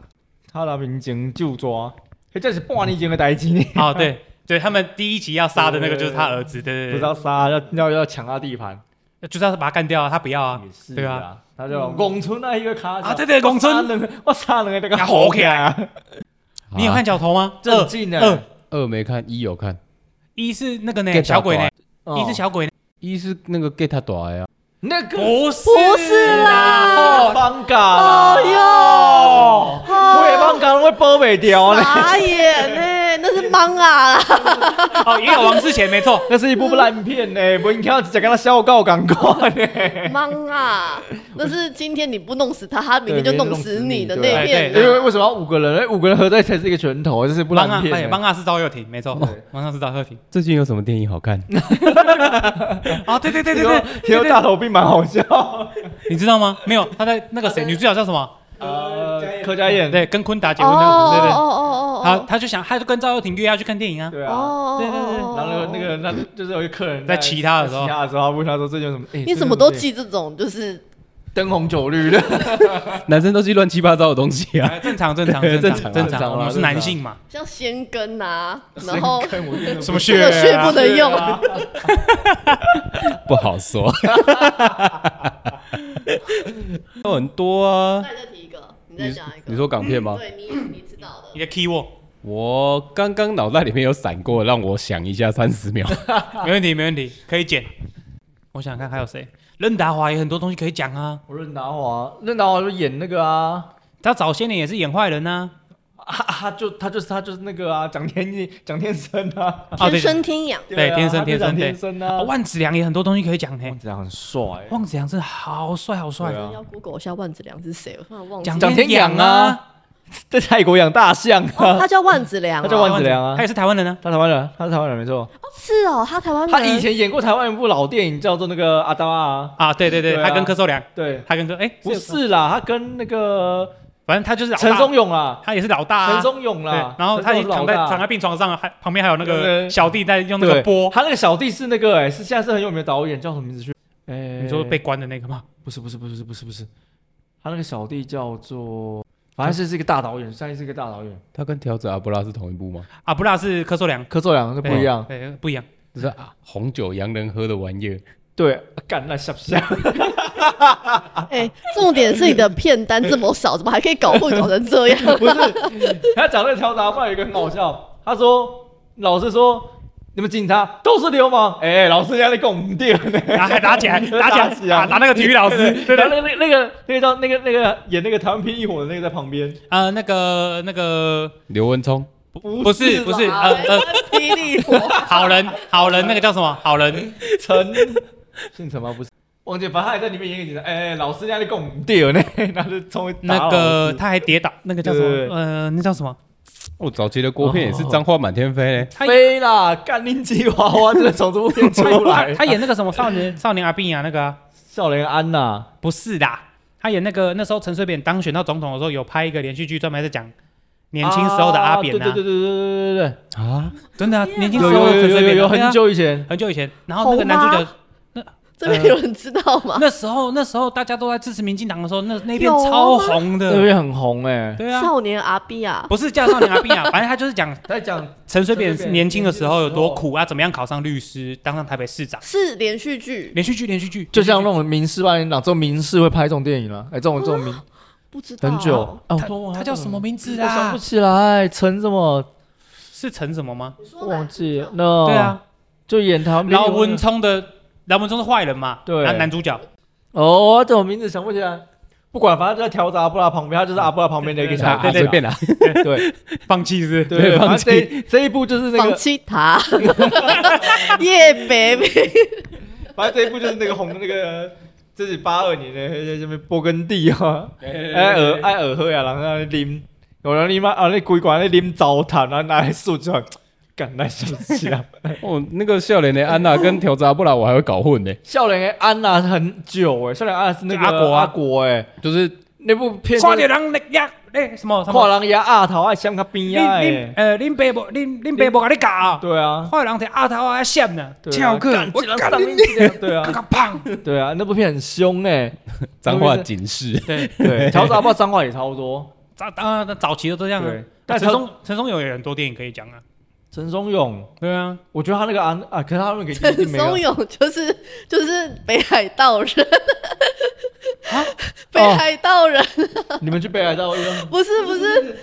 Speaker 4: 他打民警就抓，哎，这是半年前的代志，
Speaker 2: 啊，对 对，他们第一集要杀的那个就是他儿子，对
Speaker 4: 不
Speaker 2: 对
Speaker 4: 知
Speaker 2: 对
Speaker 4: 道杀要要要抢他地盘，
Speaker 2: 对，就是要把他干掉啊，他不要啊
Speaker 4: 也，是
Speaker 2: 对啊。
Speaker 4: 啊，他就拱村那一个卡
Speaker 2: 啊对对拱村
Speaker 4: 我杀人的我杀人的那个
Speaker 2: 要吼起
Speaker 4: 来啊，
Speaker 2: 你有看角头吗？
Speaker 4: 镇
Speaker 2: 二
Speaker 4: 静啊
Speaker 2: 二
Speaker 4: 的，
Speaker 1: 啊二没看，一有看，
Speaker 2: 一是那个呢
Speaker 1: Get 啊
Speaker 2: 小鬼呢，
Speaker 4: 哦
Speaker 2: 一是小鬼呢，
Speaker 1: 一是那个 get 啊他短呀，
Speaker 4: 那个
Speaker 2: 不是
Speaker 3: 不是啦
Speaker 2: 哦
Speaker 4: 放假，
Speaker 3: 哎
Speaker 4: 哟，
Speaker 2: 哎
Speaker 4: 我也放假，我包袂掉嘞。
Speaker 3: 傻眼呢、那是莽啊啦！
Speaker 2: 哦，也有王志贤没 错，
Speaker 4: 那是一部烂片呢、 欸，不应该直接跟他消告赶快呢。
Speaker 3: 莽啊！那是今天你不弄死他，他明天就弄死你的那
Speaker 2: 对
Speaker 3: 片、
Speaker 2: 明天就弄死你
Speaker 4: 因为为什么要五个人？哎五个人合在一起才是一个拳头，这是一部
Speaker 2: 邦
Speaker 4: 烂
Speaker 2: 啊，
Speaker 4: 片、
Speaker 2: 对，邦
Speaker 4: 欸。
Speaker 2: 啊是赵又廷，没错
Speaker 4: 对，
Speaker 2: 邦啊是赵又 廷。
Speaker 1: 最近有什么电影好看？
Speaker 2: 哦，对对对对
Speaker 4: 有
Speaker 2: 对，
Speaker 4: 铁有大头兵蛮好笑。
Speaker 2: 你知道吗？没有，他在那个谁，女主角叫什么？
Speaker 4: 呃，柯佳燕，
Speaker 2: 对，跟昆达结
Speaker 3: 哦
Speaker 2: 婚
Speaker 3: 哦
Speaker 2: 那个，对对。
Speaker 3: 哦哦哦
Speaker 2: 他他就想，他就跟赵又廷约要去看电影啊。
Speaker 4: 对
Speaker 3: 哦
Speaker 4: 啊。
Speaker 3: 哦，
Speaker 2: 对对对
Speaker 4: 然后那个那个就是有一个客人
Speaker 2: 在骑他的时候
Speaker 4: 在骑他的时候，他问他说最近有什么？哎
Speaker 3: 你怎么都记这种就是
Speaker 4: 灯红酒绿的？
Speaker 1: 男生都是乱七八糟的东西啊。
Speaker 2: 哎正常正常
Speaker 1: 对正
Speaker 2: 正
Speaker 1: 常
Speaker 2: 常
Speaker 1: 啊
Speaker 2: 正
Speaker 4: 正常
Speaker 2: 常，
Speaker 4: 啊
Speaker 2: 我们是
Speaker 4: 正常
Speaker 2: 男性嘛，
Speaker 3: 像先根啊，然后
Speaker 4: 看我运动
Speaker 2: 什么
Speaker 3: 这
Speaker 2: 血
Speaker 3: 个血不
Speaker 2: 啊？
Speaker 3: 能用，
Speaker 4: 啊
Speaker 1: 不好说。 有很多啊。
Speaker 3: 再再提一个，你再
Speaker 1: 你
Speaker 3: 讲一个。嗯
Speaker 1: 你说港片吗？
Speaker 3: 对你你知道
Speaker 2: 你
Speaker 3: 的，
Speaker 2: 的 key word，
Speaker 1: 我刚刚脑袋里面有闪过，让我想一下三十秒。
Speaker 2: 没问题没问题，可以剪。我想想看还有谁？任达华也很多东西可以讲啊，
Speaker 4: 我任达华，任达华就演那个啊，
Speaker 2: 他早些年也是演坏人啊。
Speaker 4: 啊他就他就是他就是那个啊，蒋天蒋天生啊，
Speaker 2: 哦，
Speaker 3: 天
Speaker 2: 对，
Speaker 3: 生天养。
Speaker 2: 对
Speaker 4: 啊
Speaker 2: 天生
Speaker 4: 他就
Speaker 2: 天
Speaker 4: 蒋
Speaker 2: 生对
Speaker 4: 天生啊
Speaker 2: 哦，万梓良也很多东西可以讲呢
Speaker 4: 孟。子阳很帅欸，
Speaker 2: 汪子良真的好帅好帅
Speaker 4: 对，啊
Speaker 3: 要 Google 一下万子良是谁，我突然忘记
Speaker 2: 蒋
Speaker 4: 蒋天
Speaker 2: 养
Speaker 4: 养啊，在泰国养大象
Speaker 3: 哦，
Speaker 4: 啊，
Speaker 3: 他叫万子良、
Speaker 4: 他叫万
Speaker 3: 哦，
Speaker 4: 子良啊
Speaker 2: 他也是台湾人啊。
Speaker 4: 他台湾人，他是台湾人没错，
Speaker 3: 是哦，他台湾人。
Speaker 4: 他以前演过台湾一部老电影叫做那个阿当啊，
Speaker 2: 啊，对对对，
Speaker 4: 对啊
Speaker 2: 他跟柯受良，
Speaker 4: 对，
Speaker 2: 他跟柯哎，
Speaker 4: 不，是啦，他跟那个
Speaker 2: 反正他就是老大
Speaker 4: 陈松，勇啦，
Speaker 2: 他也是老大啊，
Speaker 4: 陈松勇
Speaker 2: 对
Speaker 4: 啦，，
Speaker 2: 然后他已
Speaker 4: 陈
Speaker 2: 经
Speaker 4: 松
Speaker 2: 躺
Speaker 4: 勇老
Speaker 2: 在
Speaker 4: 大
Speaker 2: 躺在病床上，啊还旁边还有那
Speaker 4: 对
Speaker 2: 个
Speaker 4: 对
Speaker 2: 小弟在用那
Speaker 4: 对
Speaker 2: 个波，
Speaker 4: 他那个小弟是那个哎，是现在是很有名的导演，叫什么名字去？哎，
Speaker 2: 你说被关的那个吗？
Speaker 4: 不是不是不是不是不是，他那个小弟叫做
Speaker 5: 反正是是一个大导演，算是一个大导演。
Speaker 1: 他跟调子阿布拉是同一部吗？
Speaker 2: 阿布拉啊是柯受良，
Speaker 5: 柯受良是不一样，
Speaker 2: 对，不一样。
Speaker 1: 就是啊，红酒洋人喝的玩意儿。
Speaker 5: 对，干那像不像？
Speaker 3: 哎、重点是你的片单这么少，怎么还可以搞混搞成 这样？
Speaker 5: 不是，他讲那个调查，不然有一个很好笑，他说老师说你们警察都是流氓，哎、老师人家在跟我们电呢，
Speaker 2: 然 后还打起 来，打
Speaker 5: 打
Speaker 2: 起
Speaker 5: 起
Speaker 2: 来，
Speaker 5: 来
Speaker 2: 啊打那个体育老师， 对
Speaker 5: 然
Speaker 2: 对
Speaker 5: 后那个那个那个叫那个那个演那个台湾霹雳火的那个在旁边，
Speaker 2: 啊，那个那个
Speaker 1: 刘文聪，
Speaker 5: 不
Speaker 2: 不是不是，呃 呃，
Speaker 3: 霹雳火，
Speaker 2: 好人好人那个叫什么？好人
Speaker 5: 陈姓陈吗？不是，忘记，反正他还在里面演一个警察，哎、老师人家在跟我们电呢，然后就冲去打
Speaker 2: 那
Speaker 5: 老
Speaker 2: 个
Speaker 5: 师
Speaker 2: 他还跌倒，那个叫什么
Speaker 5: 对对？对
Speaker 2: 呃，那叫什么？
Speaker 1: 我哦早期的国片也是脏话满天飞嘞。
Speaker 2: 他演
Speaker 5: 飞啦，干拎鸡娃娃真的从这部片出来，
Speaker 2: 他演那个什么少年 少年阿碧啊，那个啊
Speaker 5: 少年安呐、
Speaker 2: 不是啦，他演那个那时候陈水扁当选到总统的时候，有拍一个连续剧，专门在讲年轻时候的阿扁
Speaker 5: 啊对对对对对对对对。
Speaker 1: 啊，
Speaker 2: 真的啊，年轻时
Speaker 5: 有
Speaker 2: 候
Speaker 5: 有
Speaker 2: 的
Speaker 5: 有
Speaker 2: 陈水
Speaker 5: 有有
Speaker 2: 扁
Speaker 5: 有
Speaker 2: 对啊
Speaker 5: 很久以啊前，
Speaker 2: 很久以前，然后那个男主
Speaker 3: 红
Speaker 2: 角
Speaker 3: 这边有人知道吗？
Speaker 2: 那时候那时候大家都在支持民进党的时候，那那片
Speaker 3: 有吗
Speaker 2: 超红
Speaker 5: 那
Speaker 2: 的，
Speaker 5: 边很红哎。
Speaker 2: 对啊，
Speaker 3: 少年阿碧啊，
Speaker 2: 不是叫少年阿碧啊，反正他就是讲
Speaker 5: 在讲
Speaker 2: 陈水扁
Speaker 5: 陈水扁
Speaker 2: 年轻的时候有多苦啊，怎么样考上律师，当上台北市长，
Speaker 3: 是连续剧，
Speaker 2: 连续剧连续剧，
Speaker 5: 就像那种民事八年党，这种民事会拍这种电影了，哎，这种这种民
Speaker 3: 不知道
Speaker 5: 很久，啊，我
Speaker 2: 他
Speaker 5: 都忘了
Speaker 2: 他叫什么名字
Speaker 5: 我想
Speaker 2: 哦啊
Speaker 5: 不？起来，陈什么
Speaker 2: 是陈什么吗？
Speaker 5: 忘记了？那
Speaker 2: 对，啊，
Speaker 5: 就演他们
Speaker 2: 饶文聪的饶文聪是坏人嘛？
Speaker 5: 对
Speaker 2: 男男主角
Speaker 5: 哦，这种名字想不起来，不管，反正就在调查阿布拉旁边，他就是阿布拉旁边的一个小
Speaker 1: 啊
Speaker 5: 孩，
Speaker 1: 随便啦，
Speaker 5: 对对
Speaker 2: 放弃是不是？
Speaker 5: 对，
Speaker 1: 放
Speaker 5: 反正
Speaker 1: 弃
Speaker 5: 这这一部就是那
Speaker 3: 放
Speaker 5: 个，
Speaker 3: 弃 他，叶北北，
Speaker 5: 反正这一部就是那个红的那个。这是八二年的什么勃艮第啊，爱尔爱尔喝呀，然后在那啉，有人啉嘛啊，那规管在啉糟蹋，然后拿来漱出来，干那小气啊！
Speaker 1: 哦，那个笑脸的安娜跟调子阿布拉我还会搞混呢。
Speaker 5: 笑脸的安娜很久哎，笑脸安娜是那个
Speaker 2: 阿国啊
Speaker 5: 阿国哎，
Speaker 1: 就是
Speaker 5: 那部片
Speaker 2: 跨掉人那呀，那什么什
Speaker 5: 跨
Speaker 2: 么？
Speaker 5: 狼牙阿头爱香港边
Speaker 2: 林
Speaker 5: 啊
Speaker 2: 林
Speaker 5: 哎，
Speaker 2: 呃林北伯林林北伯给你搞啊！
Speaker 5: 对啊，
Speaker 2: 坏人在阿头啊闪呢，
Speaker 5: 对啊
Speaker 2: 翘课
Speaker 5: 干，
Speaker 2: 我
Speaker 5: 这个
Speaker 2: 干
Speaker 5: 上
Speaker 2: 你
Speaker 5: 面
Speaker 2: 这个
Speaker 5: 对
Speaker 2: 个
Speaker 5: 啊
Speaker 2: 个胖，
Speaker 5: 对啊，那部片很凶哎，
Speaker 1: 脏话警示，
Speaker 2: 对，
Speaker 5: 对，调查阿爸脏话也超多，
Speaker 2: 早当然早期的都这样啊
Speaker 5: 对。，
Speaker 2: 但
Speaker 5: 但
Speaker 2: 陈
Speaker 5: 陈
Speaker 2: 松陈松勇有很多电影可以讲啊，
Speaker 5: 陈松勇，
Speaker 2: 对啊，
Speaker 5: 我觉得他那个安啊，可是他那个一
Speaker 3: 陈
Speaker 5: 定没有
Speaker 3: 松，勇就是就是北海道人，
Speaker 2: 啊
Speaker 3: 北
Speaker 5: 哦
Speaker 3: 海道人，
Speaker 5: 你们去北海道遇到
Speaker 3: 不是不是，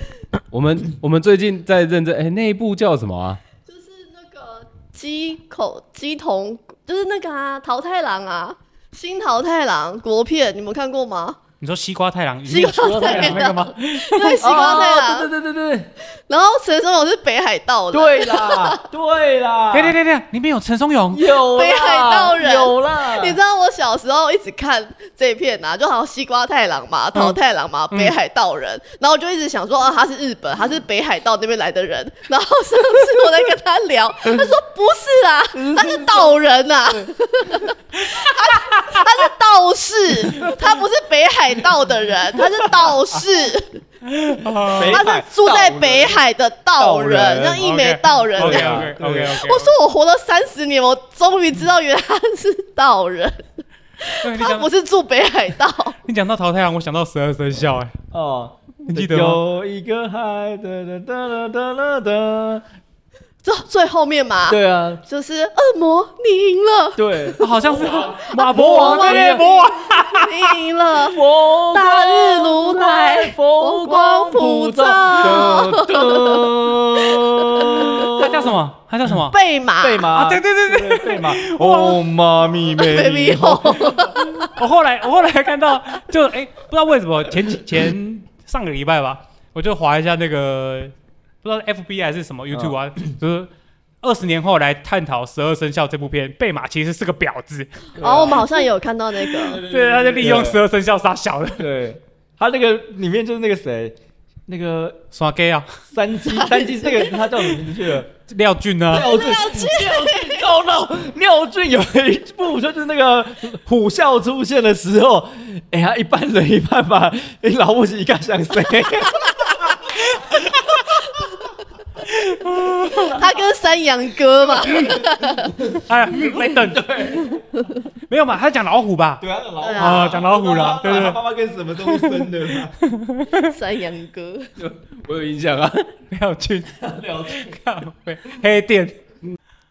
Speaker 1: 我们我们最近在认真，哎，那一部叫什么啊？
Speaker 3: 就是那个鸡口鸡同，就是那个啊，桃太郎啊。新桃太郎国片，你们看过吗？
Speaker 2: 你说西瓜太郎，
Speaker 3: 西瓜太郎
Speaker 2: 那个吗？
Speaker 3: 对，西瓜太郎。
Speaker 5: 哦对对对对对
Speaker 3: 然后陈松勇是北海道的，
Speaker 5: 对啦，对啦，
Speaker 2: 对对对对，里面有陈松勇，
Speaker 5: 有啦
Speaker 3: 北海道人
Speaker 5: 有啦，
Speaker 3: 你知道我小时候一直看这片啊，就好像西瓜太郎
Speaker 5: 嗯
Speaker 3: 嘛、桃太郎嘛、北海道人，然后我就一直想说啊，他是日本，他是北海道那边来的人。 然后上次我在跟他聊，他说不是啊，
Speaker 5: 嗯
Speaker 3: 他是道人啊，他他是道士，他不是北海道的 人，他是道士，
Speaker 5: 北海道
Speaker 3: 他是住在北海的道
Speaker 5: 道
Speaker 3: 人，
Speaker 5: 人
Speaker 3: 像一眉道人那
Speaker 2: OK
Speaker 3: 样。
Speaker 2: OK OK OK，
Speaker 3: 我说我活了三十年，我终于知道原来他是道人，
Speaker 2: 对你
Speaker 3: 他
Speaker 2: 讲
Speaker 3: 不是住北海道。
Speaker 2: 你讲到桃太郎，我想到十二生肖，哎，
Speaker 5: 哦，
Speaker 2: 你记得吗？
Speaker 5: 有一个海，哒哒哒哒哒哒哒。
Speaker 3: 这最后面嘛，
Speaker 5: 对啊，
Speaker 3: 就是恶魔，你赢了，
Speaker 5: 对，
Speaker 2: 哦好像是马魔王，
Speaker 3: 魔王
Speaker 2: 对对魔王，
Speaker 3: 你赢了。
Speaker 5: 佛
Speaker 3: 大日如来佛光普照
Speaker 2: 他叫什么？他叫什么？
Speaker 3: 贝马，
Speaker 5: 贝马
Speaker 2: 啊，对对对对。
Speaker 5: 对对马，哦妈咪
Speaker 3: 贝
Speaker 5: 咪
Speaker 3: 米
Speaker 5: 吼，
Speaker 3: 后，
Speaker 2: 我后来我后来看到，就哎、不知道为什么前几前上个礼拜吧，我就划一下那个不知道 FB 还是什么 YouTube 啊，就是二十年后来探讨《十二生肖》这部片，贝马其实是个婊子，
Speaker 3: 然后我们好像也有看到那个，
Speaker 2: 对，他就利用
Speaker 5: 对
Speaker 2: 十二生肖杀小的，
Speaker 5: 对，他那个里面就是那个谁，那个
Speaker 2: 耍 gay 啊，
Speaker 5: 三鸡，三鸡那个他叫什么名字去了？
Speaker 2: 廖俊啊，
Speaker 5: 廖俊，廖俊高闹，廖俊有一部就是那个虎啸出现的时候，哎、他一半人一半哎马，你老不及看像谁？
Speaker 3: 他跟山羊哥嘛，
Speaker 2: 哎呀，嗯没等， 没有嘛？他讲老虎吧？
Speaker 4: 对啊，那老
Speaker 3: 对
Speaker 4: 虎
Speaker 3: 啊
Speaker 2: 啊，讲老虎啦，对对
Speaker 4: 他
Speaker 2: 对
Speaker 4: 妈妈跟什么东西生的嘛？
Speaker 3: 山羊哥，
Speaker 1: 我有印象啊
Speaker 2: 廖俊，廖俊，看黑店，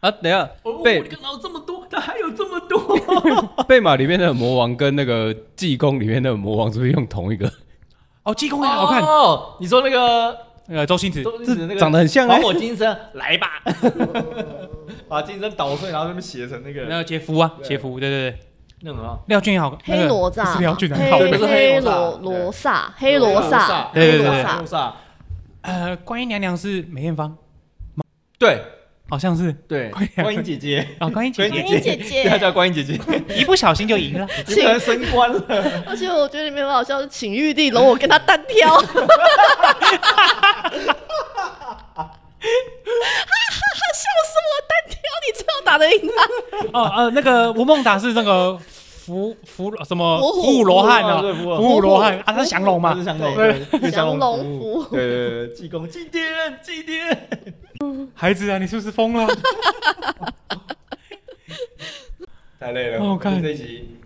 Speaker 1: 啊！等一下
Speaker 5: 我我
Speaker 1: 被
Speaker 5: 跟老这么多，他还有这么多，
Speaker 1: 贝马里面的魔王跟那个济公里面的魔王是不是用同一个？
Speaker 2: 哦，济公也好看，
Speaker 5: 哦，你说那个
Speaker 2: 那个周星驰，
Speaker 4: 都是那个
Speaker 1: 长得很像
Speaker 5: 还
Speaker 1: 哎、
Speaker 5: 我今生来吧，
Speaker 4: 把金身捣碎，然后他们写成那个
Speaker 2: 那个杰夫啊，杰夫，对对对，
Speaker 4: 那种啊，
Speaker 2: 廖俊也好看，那
Speaker 3: 黑
Speaker 2: 个
Speaker 3: 哪
Speaker 2: 不
Speaker 3: 吒啊
Speaker 2: 是廖
Speaker 3: 嘛，
Speaker 2: 俊很好看，
Speaker 4: 对
Speaker 3: 黑
Speaker 4: 不是黑哪
Speaker 3: 罗
Speaker 4: 吒
Speaker 3: 罗刹，黑哎罗刹，
Speaker 2: 对对对
Speaker 3: 黑
Speaker 2: 对
Speaker 3: 罗刹
Speaker 4: 罗刹，
Speaker 2: 呃，观音娘娘是梅艳芳，
Speaker 4: 对
Speaker 2: 好像是
Speaker 4: 对，
Speaker 2: 观音
Speaker 4: 观音 姐姐，
Speaker 2: 啊，观音姐
Speaker 4: 观
Speaker 2: 姐
Speaker 4: 音
Speaker 3: 观音姐姐
Speaker 4: 她叫观音 姐姐，
Speaker 2: 一不小心就赢了。
Speaker 4: 你可能升官了，
Speaker 3: 而且我觉得里面很好笑，是请玉帝容我跟他单挑，哈哈哈哈笑死我！单挑你最后打得赢他，
Speaker 2: 哦呃，那个吴孟达是那个福福什么
Speaker 3: 伏虎
Speaker 2: 福武罗汉
Speaker 4: 伏虎啊对
Speaker 2: 啊，
Speaker 4: 伏虎
Speaker 2: 福武罗汉
Speaker 3: 伏虎
Speaker 2: 啊，他是降龙嘛
Speaker 4: 她是，降龙，
Speaker 3: 对
Speaker 4: 对是
Speaker 3: 降龙
Speaker 4: 服务
Speaker 3: 服
Speaker 4: 对对对对，济公祭奠祭奠，
Speaker 2: 孩子啊，你是不是疯了？
Speaker 4: 太累了，
Speaker 2: 哦
Speaker 4: 我
Speaker 2: 看
Speaker 4: 看这一集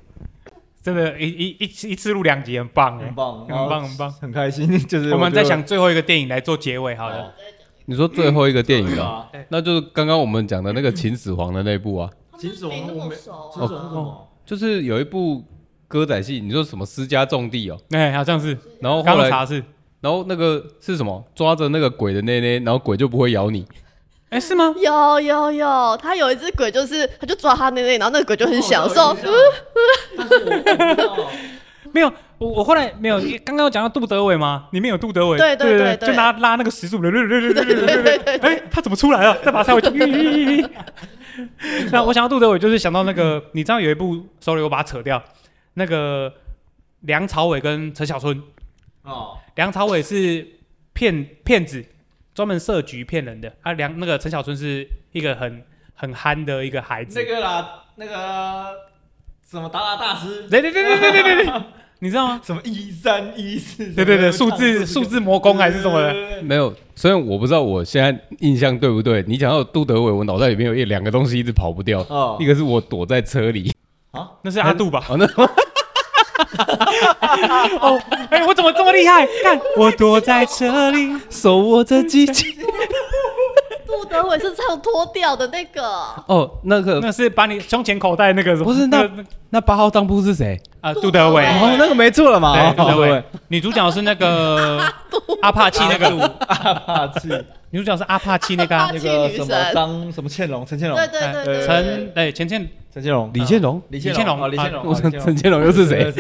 Speaker 2: 真的，一一一次一次录两集，很棒哎
Speaker 4: 很，棒，
Speaker 2: 很
Speaker 4: 然后
Speaker 2: 棒很棒
Speaker 4: 很开心， 就是
Speaker 2: 我们
Speaker 4: 觉
Speaker 2: 再
Speaker 4: 得
Speaker 2: 想最后一个电影来做结尾好了。
Speaker 1: 你说最后一个电影啊，
Speaker 4: 啊，
Speaker 1: 那就是刚刚我们讲的那个秦始皇的那部啊，
Speaker 4: 秦始皇我没秦始
Speaker 3: 熟
Speaker 4: 皇是什
Speaker 2: 哦
Speaker 4: 么？
Speaker 1: 就是有一部歌仔戏，你说什么私家种地哦，
Speaker 2: 哎，好像是，
Speaker 1: 然后
Speaker 2: 刚
Speaker 1: 后
Speaker 2: 刚
Speaker 1: 来
Speaker 2: 查是，
Speaker 1: 然后那个是什么？抓着那个鬼的内内，然后鬼就不会咬你。
Speaker 2: 哎，是吗？
Speaker 3: 有有有，他有一只鬼，就是他就抓他那内，然后那个鬼就很享受，嗯
Speaker 2: 没有，我我后来没有，刚刚有讲到杜德伟嘛，里面有杜德伟，
Speaker 3: 对对
Speaker 2: 对
Speaker 3: 对对
Speaker 2: 就拿拉那个石柱，对对对对对
Speaker 3: 呃对
Speaker 2: 对，哎，他怎么出来了？再把他塞回去。那我想到杜德伟，就是想到那个，你知道有一部，sorry，我把它扯掉，那个梁朝伟跟陈小春，
Speaker 4: 哦，
Speaker 2: 梁朝伟是骗骗子，专门设局骗人的，啊，梁那个陈小春是一个很很憨的一个孩子
Speaker 4: 那，个啦，那个什么达达大师，
Speaker 2: 对对对对对对对对，你知道吗？
Speaker 4: 什么一三一四，
Speaker 2: 对对对，数字数字魔功还是什么的。
Speaker 4: 的，
Speaker 1: 没有，虽然我不知道我现在印象对不对，你讲到杜德伟，我脑袋里面有一两个东西一直跑不掉，
Speaker 4: 哦
Speaker 1: 一个是我躲在车里，
Speaker 4: 啊，
Speaker 2: 那是阿杜吧？
Speaker 1: 哦，那
Speaker 2: 哦，哎、我怎么这么厉害？看我躲在这里，
Speaker 1: 手握着机器，
Speaker 3: 杜德伟是唱脱掉的那个，
Speaker 1: 哦，那个
Speaker 2: 那是把你胸前口袋那个什么？
Speaker 1: 不是那那八号当铺是谁？
Speaker 2: 啊，杜德伟，
Speaker 3: 哦
Speaker 1: 那个没错了嘛
Speaker 2: 对，杜德
Speaker 1: 对
Speaker 2: 伟，女主角是那 个阿帕契那个，
Speaker 4: 大气，
Speaker 2: 女主角是阿帕契那个啊
Speaker 3: 阿帕
Speaker 4: 那
Speaker 3: 契
Speaker 4: 个
Speaker 3: 女
Speaker 4: 什么
Speaker 3: 神
Speaker 4: 张什么倩龙，陈倩龙，
Speaker 3: 对 对对对，
Speaker 2: 陈哎钱倩
Speaker 4: 陈倩龙，
Speaker 1: 李建荣，
Speaker 4: 李
Speaker 2: 李
Speaker 4: 倩
Speaker 2: 倩
Speaker 4: 龙，
Speaker 2: 龙
Speaker 4: 哦李倩
Speaker 2: 啊
Speaker 4: 龙，
Speaker 1: 我
Speaker 4: 哦
Speaker 1: 想
Speaker 4: 李倩
Speaker 1: 陈
Speaker 4: 龙
Speaker 1: 建龙又是 谁？？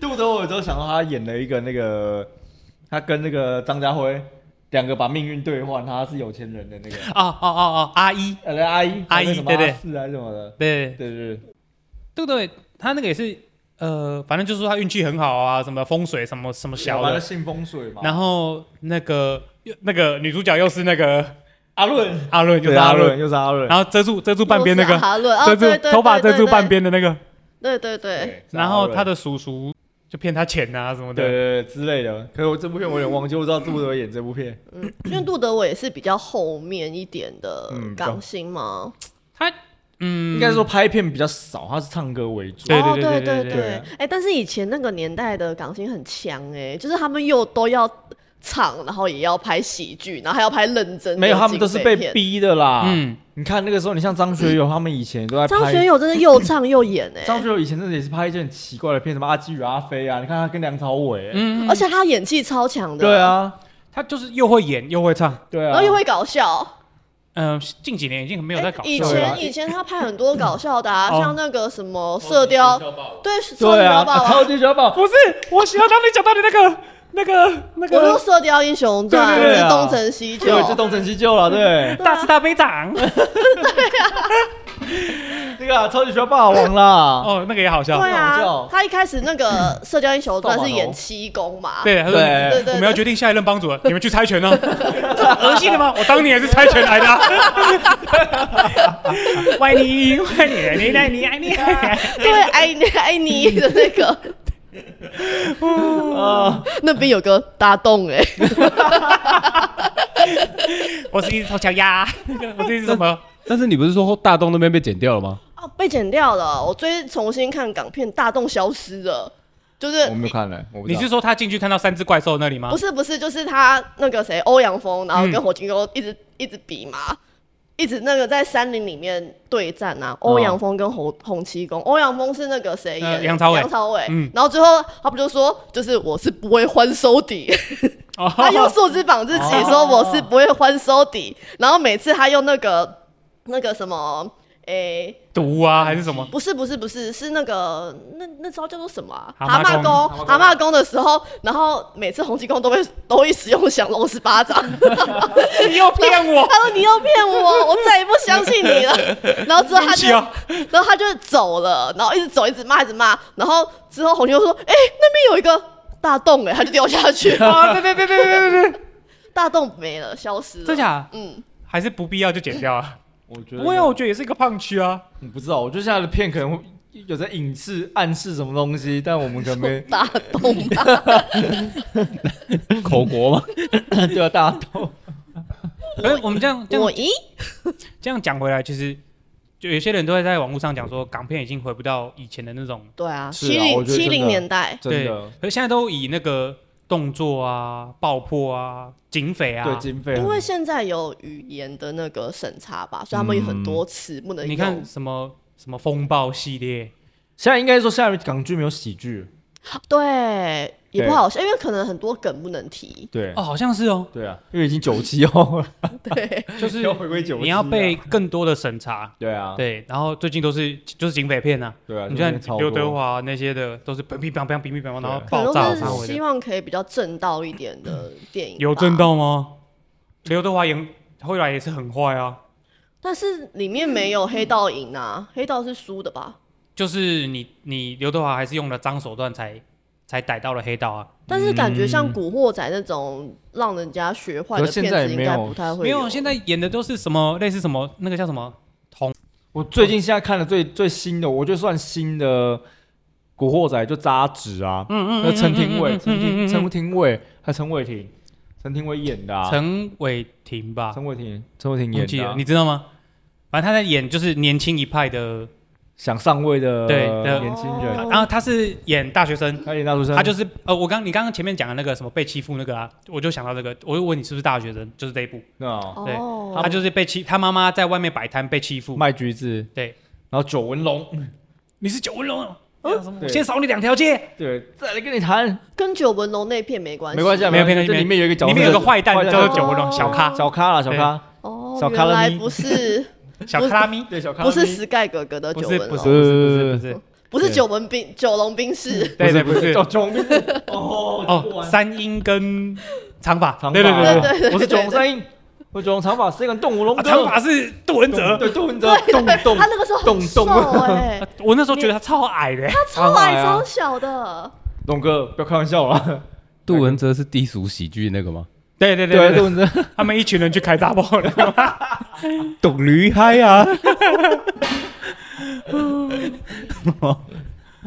Speaker 4: 杜德伟都想到他演了一个那个，他跟那个张家辉两个把命运兑换，他是有钱人的那个，
Speaker 2: 哦哦哦哦阿一，
Speaker 4: 呃，那阿姨，
Speaker 2: 阿姨
Speaker 4: 那什么
Speaker 2: 对对
Speaker 4: 阿四还是什么的，
Speaker 2: 对，
Speaker 4: 对对对，
Speaker 2: 杜德伟他那个也是呃，反正就是说他运气很好啊，什么风水什么什么小
Speaker 4: 把他
Speaker 2: 的，
Speaker 4: 信风水嘛，
Speaker 2: 然后那个那个女主角又是那个
Speaker 4: 阿润，
Speaker 2: 阿伦，就是
Speaker 4: 对
Speaker 2: 阿
Speaker 4: 阿
Speaker 2: 伦
Speaker 4: 润，，又是阿润，
Speaker 2: 然后遮住遮住半边那
Speaker 3: 又是
Speaker 2: 个，
Speaker 3: 阿伦，哦
Speaker 2: 遮
Speaker 3: 对
Speaker 2: 住
Speaker 3: 对
Speaker 2: 头发
Speaker 3: 对
Speaker 2: 遮住
Speaker 3: 对
Speaker 2: 半边的那个。
Speaker 3: 对对对，
Speaker 4: 对，
Speaker 2: 然后他
Speaker 4: 的
Speaker 2: 的叔叔就骗他钱啊什么
Speaker 4: 对
Speaker 2: 的。
Speaker 4: 对对之类的，可是我这部片我有点忘记，我知道杜德伟演这部片，
Speaker 3: 嗯，因为杜德伟也是比较后面一点的
Speaker 4: 嗯
Speaker 3: 港星嘛。
Speaker 2: 他嗯，
Speaker 4: 应该说拍片比较少，他是唱歌为主，
Speaker 2: 对
Speaker 3: 哦，
Speaker 2: 对
Speaker 3: 对
Speaker 2: 对对
Speaker 3: 对
Speaker 4: 对啊
Speaker 3: 哎、但是以前那个年代的港星很强哎、就是他们又都要唱，然后也要拍喜剧，然后还要拍认真的警匪片。
Speaker 4: 没有，他们都是被逼的啦。
Speaker 2: 嗯，
Speaker 4: 你看那个时候，你像张学友，他们以前都在拍。
Speaker 3: 张学友真的又唱又演哎、
Speaker 4: 张学友以前真的也是拍一些很奇怪的片，什么《阿基与阿飞》啊，你看他跟梁朝伟、欸，
Speaker 2: 嗯，
Speaker 3: 而且他演技超强的，
Speaker 4: 对，啊，
Speaker 2: 他就是又会演又会唱。
Speaker 4: 对啊，
Speaker 3: 然后又会搞笑。
Speaker 2: 嗯，近几年已经很没有在搞
Speaker 3: 哎以
Speaker 2: 笑
Speaker 4: 对
Speaker 2: 了。
Speaker 4: 啊
Speaker 3: 前以前他拍很多搞笑的、啊，
Speaker 2: 哦
Speaker 3: 像那个什么《射雕》，对，《射雕
Speaker 4: 对啊，
Speaker 3: 小霸
Speaker 4: 超
Speaker 3: 王》，
Speaker 4: 级小宝，
Speaker 2: 不是，我喜欢刚才讲到的那个 那个那
Speaker 3: 我说《
Speaker 2: 个
Speaker 3: 射雕英雄传》，
Speaker 4: 对对对
Speaker 3: 是
Speaker 4: 啊
Speaker 3: 东成西就
Speaker 4: 对，，就东成西就了，对，
Speaker 2: 大慈大悲掌。
Speaker 4: 那个、啊、超级小霸王啦，
Speaker 2: 哦，那个也好笑。
Speaker 3: 对
Speaker 4: 那种
Speaker 3: 啊
Speaker 4: 叫，
Speaker 3: 他一开始那个《射雕英雄传
Speaker 4: 扫》把
Speaker 3: 是
Speaker 4: 头
Speaker 3: 演七公嘛，
Speaker 2: 对，他说
Speaker 4: 对
Speaker 3: 对对
Speaker 2: 我们要决定下一任帮主 了，你们去猜拳呢？这么恶心的吗？我当年也是猜拳来的啊。 歪你歪你你爱你爱你爱你。
Speaker 3: 对，爱你爱你的那个，
Speaker 4: 啊，
Speaker 2: 啊
Speaker 3: 欸那边有个大洞哎、
Speaker 2: 我是一只臭脚丫， 我是一只什么？
Speaker 1: 但是你不是说大东那边被剪掉了吗？
Speaker 3: 哦，被剪掉了。我最近重新看港片《大洞消失了》，就是
Speaker 4: 我没有看嘞，我不知
Speaker 2: 你
Speaker 4: 道
Speaker 2: 是说他进去看到三只怪兽那里哦吗
Speaker 3: 不？是不是，就是他那个谁欧阳锋，然后跟
Speaker 2: 嗯
Speaker 3: 火金钩一直、一直比嘛，一直那个在山林里面对战啊。欧阳锋跟洪洪七公，欧阳锋是那个谁演
Speaker 2: 哦呃梁朝伟
Speaker 3: 梁朝伟，
Speaker 2: 嗯
Speaker 3: 然后最后他不就说，就是我是不会还手底，
Speaker 2: 哦
Speaker 3: 他用树枝绑自己，说我是不会还手底，然后每次他用那个那个什么，诶、
Speaker 2: 毒啊还是什么？
Speaker 3: 不是不是不是，是那个那那招叫做什么、啊？
Speaker 2: 蛤
Speaker 3: 蛤
Speaker 2: 蟆
Speaker 3: 蟆
Speaker 2: 功
Speaker 3: 功，蛤蟆功的时候，然后每次洪七公都会都会使用降龙十八掌。
Speaker 2: 你又骗我！
Speaker 3: 他说你又骗我，我再也不相信你了。 然后之后他就，
Speaker 2: 对不
Speaker 3: 然后他就走了，然后一直走，一直骂，一直骂。然后之后洪七公说：“哎、那边有一个大洞、哎，他就掉下 去，
Speaker 2: 啊，对对对对对对对，
Speaker 3: 大洞没了，消失了。”
Speaker 2: 真？假
Speaker 3: 嗯，
Speaker 2: 还是不必要就剪掉 啊？
Speaker 4: 我觉得
Speaker 2: 不会啊，我觉得也是一个胖区啊。
Speaker 4: 我不知道，我觉得现在的片可能会有在影视暗示什么东西，但我们可能没
Speaker 3: 大洞吧。
Speaker 1: 口国吗？
Speaker 4: 对啊，大头
Speaker 2: 可是我们这样这样
Speaker 3: 我咦，
Speaker 2: 这样讲回来，其实就有些人都会在网络上讲说，港片已经回不到以前的那种，
Speaker 3: 对啊，
Speaker 4: 是啊
Speaker 3: 七
Speaker 4: 我
Speaker 3: 零
Speaker 4: 觉
Speaker 3: 七
Speaker 4: 得真的
Speaker 3: 零年代，
Speaker 4: 真的
Speaker 2: 可是现在都以那个动作啊、爆破啊、警匪
Speaker 4: 对
Speaker 2: 啊，
Speaker 4: 经费很，
Speaker 3: 因为现在有语言的那个审查吧，所以他们有很多词不能
Speaker 4: 嗯
Speaker 3: 用。
Speaker 2: 你看什么什么风暴系列，
Speaker 4: 现在应该说现在港剧没有喜剧，
Speaker 3: 啊对，也
Speaker 4: 对
Speaker 3: 不好笑，因为可能很多梗不能 提。
Speaker 4: 对
Speaker 2: 哦，好像是 哦，
Speaker 4: 对啊，因为已经九七后了，
Speaker 3: 对，
Speaker 2: 就是
Speaker 4: 要回归九七，
Speaker 2: 你要被更多的审查。
Speaker 4: 对啊，
Speaker 2: 对，然后最近都是就是警匪片啊，
Speaker 4: 对啊，
Speaker 2: 你
Speaker 4: 就
Speaker 2: 看
Speaker 4: 是超
Speaker 2: 刘
Speaker 4: 多
Speaker 2: 德华啊那些的都是乒乒乓乓、乒乒乓乓，然后
Speaker 3: 可
Speaker 2: 爆
Speaker 3: 能
Speaker 2: 炸
Speaker 3: 都
Speaker 2: 啥
Speaker 3: 是
Speaker 2: 回
Speaker 3: 希
Speaker 2: 的。
Speaker 3: 望可以比较正道一点的电影。
Speaker 2: 有震？到吗？刘德华演后来也是很坏啊，
Speaker 3: 但是里面没有黑道赢 啊，黑道是输的吧？
Speaker 2: 就是你你刘德华还是用了脏手段才才逮到了黑道啊。
Speaker 3: 但是感觉像《古惑仔》那种让人家学坏
Speaker 4: 嗯可
Speaker 3: 的
Speaker 4: 是现
Speaker 3: 片
Speaker 4: 在
Speaker 3: 子，应
Speaker 4: 没有
Speaker 3: 该不太会
Speaker 2: 没有，现在演的都是什么类似什么那个叫什么同
Speaker 4: 我最近现在看的最最新的，我就算新的《古惑仔》就扎纸啊，嗯嗯，那陈廷
Speaker 2: 嗯嗯
Speaker 4: 伟、
Speaker 2: 嗯嗯
Speaker 4: 陈
Speaker 2: 嗯嗯
Speaker 4: 廷、
Speaker 2: 嗯
Speaker 4: 陈廷伟还有陈伟霆、陈廷伟演的啊，
Speaker 2: 陈伟霆吧？
Speaker 4: 陈伟霆、陈伟霆
Speaker 2: 忘
Speaker 4: 演
Speaker 2: 记
Speaker 4: 的
Speaker 2: 了，
Speaker 4: 啊，
Speaker 2: 你知道吗？反正他在演就是年轻一派的，
Speaker 4: 想上位的
Speaker 2: 对的
Speaker 4: 年轻人，
Speaker 3: 哦
Speaker 2: 然后他是演大学生，
Speaker 4: 他演大出生，
Speaker 2: 他就是呃，我刚你刚刚前面讲的那个什么被欺负那个啊，我就想到这个，我就问你是不是大学生，就是这一部，
Speaker 4: 那
Speaker 2: 对
Speaker 3: 哦
Speaker 2: 他，就是被欺，他妈妈在外面摆摊被欺负，
Speaker 4: 卖橘子，
Speaker 2: 对，
Speaker 4: 然后九纹龙，
Speaker 2: 你是九纹龙啊，
Speaker 4: 对
Speaker 2: 先扫你两条街，
Speaker 4: 对，再来跟你谈，
Speaker 3: 跟九纹龙那片没关系，
Speaker 4: 没关系啊，
Speaker 2: 没有
Speaker 4: 关系，
Speaker 2: 没有
Speaker 4: 这里面有一个角色，
Speaker 2: 里面有个坏蛋
Speaker 4: 坏
Speaker 2: 叫
Speaker 3: 哦
Speaker 2: 做九纹龙小咖
Speaker 4: 小咖啦，小咖，
Speaker 3: 哦
Speaker 4: 小，
Speaker 3: 原
Speaker 4: 卡拉咪
Speaker 3: 来不是
Speaker 2: 小卡拉咪，
Speaker 4: 对，小咖
Speaker 3: 不是史盖格格的
Speaker 2: 不
Speaker 3: 九
Speaker 2: 是
Speaker 3: 纹
Speaker 2: 不是不
Speaker 3: 龙，
Speaker 2: 是不是，
Speaker 3: 不是九纹兵九龙兵士。
Speaker 2: 呃对对不是
Speaker 4: 叫九纹 哦
Speaker 2: 哦，三英跟长发，
Speaker 4: 长发
Speaker 2: 对对对对，
Speaker 3: 对对
Speaker 4: 我是九
Speaker 3: 对
Speaker 4: 龙三英，我九龙长发是一个动物龙
Speaker 2: 啊
Speaker 4: 哥，
Speaker 2: 长发是杜文泽，
Speaker 4: 对，杜文泽，
Speaker 3: 对
Speaker 4: 动
Speaker 2: 嗯
Speaker 4: 动，
Speaker 3: 他那个时候
Speaker 4: 动
Speaker 3: 很瘦
Speaker 4: 动
Speaker 3: 哎、
Speaker 2: 我那时候觉得他超矮的，
Speaker 3: 他超矮
Speaker 4: 矮啊
Speaker 3: 超小的，
Speaker 4: 龙哥不要开玩笑啊了，
Speaker 1: 杜文泽是低俗喜剧那个吗？
Speaker 2: 对对对
Speaker 4: 对，杜
Speaker 2: 对，
Speaker 4: 文泽，
Speaker 2: 他们一群人去开大炮了。
Speaker 1: 懂驴嗨啊！那哦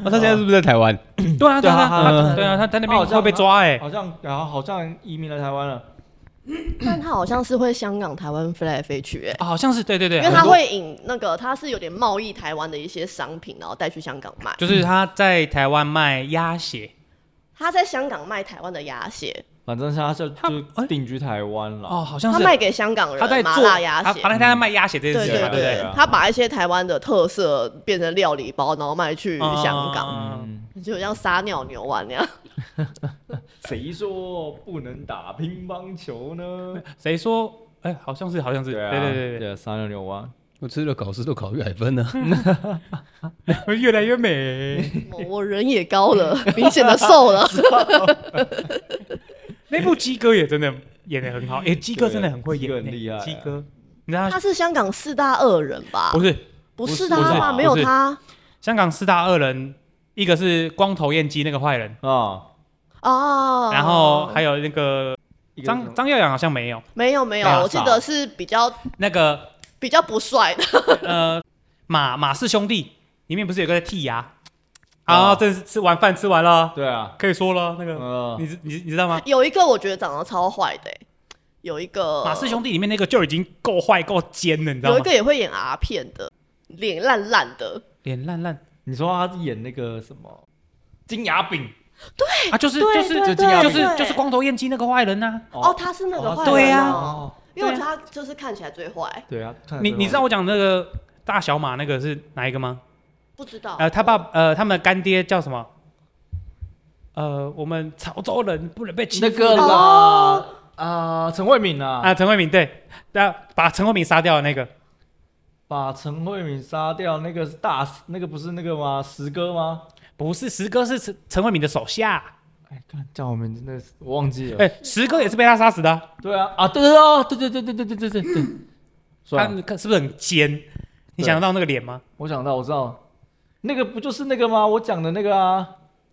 Speaker 1: 他现在是不是在台湾？
Speaker 2: 对啊，对啊，
Speaker 4: 对啊
Speaker 2: 对啊
Speaker 4: 嗯
Speaker 2: 对啊，他他那
Speaker 4: 他好
Speaker 2: 边
Speaker 4: 像
Speaker 2: 会被抓哎、
Speaker 4: 好像然后好像移民来台湾了，
Speaker 3: 但他好像是会香港、台湾飞来飞去、哎。
Speaker 2: 啊好像是对对对，
Speaker 3: 因为
Speaker 2: 很
Speaker 3: 他
Speaker 2: 多
Speaker 3: 会引那个，他是有点贸易台湾的一些商品，然后带去香港卖。
Speaker 2: 就是他在台湾卖鸭血
Speaker 3: 他在香港卖台湾的鸭血，
Speaker 4: 反正他是
Speaker 2: 他哎
Speaker 4: 就定居台湾了，
Speaker 2: 哦，好像
Speaker 3: 他
Speaker 2: 是
Speaker 3: 卖给香港
Speaker 2: 他在
Speaker 3: 人麻
Speaker 2: 做
Speaker 3: 辣鸭
Speaker 2: 他
Speaker 3: 血
Speaker 2: 他。在他在卖鸭血这件
Speaker 3: 对
Speaker 2: 事情嘛，
Speaker 3: 对
Speaker 4: 对
Speaker 2: 不
Speaker 4: 对
Speaker 2: 对？
Speaker 4: 啊
Speaker 3: 他把一些台湾的特色变成料理包，然后卖去香港，
Speaker 2: 啊
Speaker 4: 嗯，
Speaker 3: 就像撒尿牛丸那样。
Speaker 4: 谁说不能打乒乓球呢？
Speaker 2: 嗯谁说？哎，好像是好像是，对
Speaker 4: 啊，
Speaker 2: 对对对
Speaker 4: 对，三六六啊，
Speaker 1: 我吃了考试都考一百分呢、
Speaker 2: 对， 越来越美。
Speaker 3: 我我人也高了，明显的瘦了。
Speaker 2: 那部鸡哥也真的演的很 好，哎，鸡哥真的很会
Speaker 4: 鸡
Speaker 2: 演
Speaker 4: 哥
Speaker 2: 欸，
Speaker 4: 很厉害啊
Speaker 2: 鸡哥，你知道
Speaker 3: 他
Speaker 2: 他
Speaker 3: 是香港四大恶人吧
Speaker 2: 不？是
Speaker 3: 不
Speaker 4: 不
Speaker 3: 是
Speaker 4: 是
Speaker 3: 他
Speaker 4: 不是
Speaker 3: 吧？没有
Speaker 2: 不是
Speaker 3: 他
Speaker 2: 香港四大恶人，一个是光头燕鸡那个坏人，
Speaker 4: 啊，
Speaker 3: 哦。
Speaker 2: 然后还有那个
Speaker 4: 一个什
Speaker 2: 张
Speaker 4: 么
Speaker 2: 张耀扬好像没有，
Speaker 3: 没有没有
Speaker 2: 没，有
Speaker 3: 我记得是比较
Speaker 2: 那个
Speaker 3: 比较不帅的。
Speaker 2: 呃马马氏兄弟里面不是有个在剔牙？
Speaker 4: 哦
Speaker 2: 啊，这是吃完饭吃完了。
Speaker 4: 对啊，
Speaker 2: 可以说了，那个、
Speaker 4: 嗯
Speaker 2: 你知你知你知道吗？
Speaker 3: 有一个我觉得长得超坏的欸、有一个
Speaker 2: 马氏兄弟里面那个就已经够坏够尖了，你知道
Speaker 3: 有一
Speaker 2: 吗？
Speaker 3: 个也会演 R 片的，脸烂烂的，
Speaker 2: 脸烂烂
Speaker 4: 你说他演那个什么金牙饼
Speaker 2: 啊，就是
Speaker 3: 对
Speaker 2: 就是
Speaker 3: 对
Speaker 4: 对
Speaker 2: 就是
Speaker 3: 对
Speaker 2: 就是光头燕姬那个坏人啊呐。
Speaker 3: 哦，他是那个坏人、
Speaker 2: 对
Speaker 3: 呀、
Speaker 2: 啊
Speaker 4: 哦
Speaker 3: 因为我觉得他就是看起来最坏，
Speaker 4: 对啊，
Speaker 2: 你你知道我讲那个大小马那个是哪一个吗？
Speaker 3: 不知道。
Speaker 2: 呃，他爸呃，他们的干爹叫什么？呃，我们潮州人不能被欺负
Speaker 4: 那个啦
Speaker 3: 哦
Speaker 4: 啊，陈慧敏啊，
Speaker 2: 啊，陈慧敏对，那把陈慧敏杀掉的那个，
Speaker 4: 把陈慧敏杀掉那个是大那个不是那个吗？石哥吗？
Speaker 2: 不是石哥是陈陈慧敏的手下，
Speaker 4: 哎，看叫我们真的是我忘记 了。
Speaker 2: 哎，石哥也是被他杀死的啊，
Speaker 4: 对啊啊，对啊，对对对对对对对对对。
Speaker 2: 他
Speaker 4: 算了，
Speaker 2: 看是不是很尖？你
Speaker 4: 对
Speaker 2: 想得到那个脸吗？
Speaker 4: 我想到我知道，那个不就是那个吗？我讲的那个啊，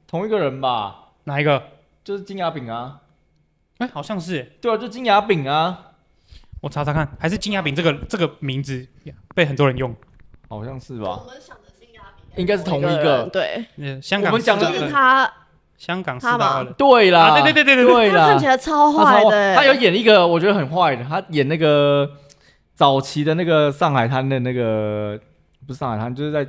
Speaker 4: 同一个人吧，
Speaker 2: 哪一个？
Speaker 4: 就是金牙饼啊。
Speaker 2: 哎，好像是，
Speaker 4: 对啊，就金牙饼啊，
Speaker 2: 我查查看，还是金牙饼这个这个名字被很多人用，
Speaker 4: 好像是
Speaker 3: 我
Speaker 4: 吧？
Speaker 3: 们想的金牙比
Speaker 4: 应该是同一
Speaker 3: 一人
Speaker 4: 个。
Speaker 3: 对，
Speaker 2: 呃，香
Speaker 4: 我
Speaker 2: 港
Speaker 4: 们讲
Speaker 2: 四
Speaker 4: 的
Speaker 2: 大恶
Speaker 3: 是
Speaker 2: 人
Speaker 3: 他，
Speaker 2: 香港四
Speaker 3: 他
Speaker 2: 大
Speaker 3: 吧
Speaker 2: 恶人
Speaker 4: 对啦，
Speaker 2: 啊，对对对对对，
Speaker 4: 对
Speaker 3: 他
Speaker 4: 啦，
Speaker 3: 看起来超
Speaker 4: 他
Speaker 3: 坏
Speaker 4: 超
Speaker 3: 的欸、
Speaker 4: 他有演一个我觉得很坏的，他演那个早期的那个上海滩呃的那个，不是上海滩，就是在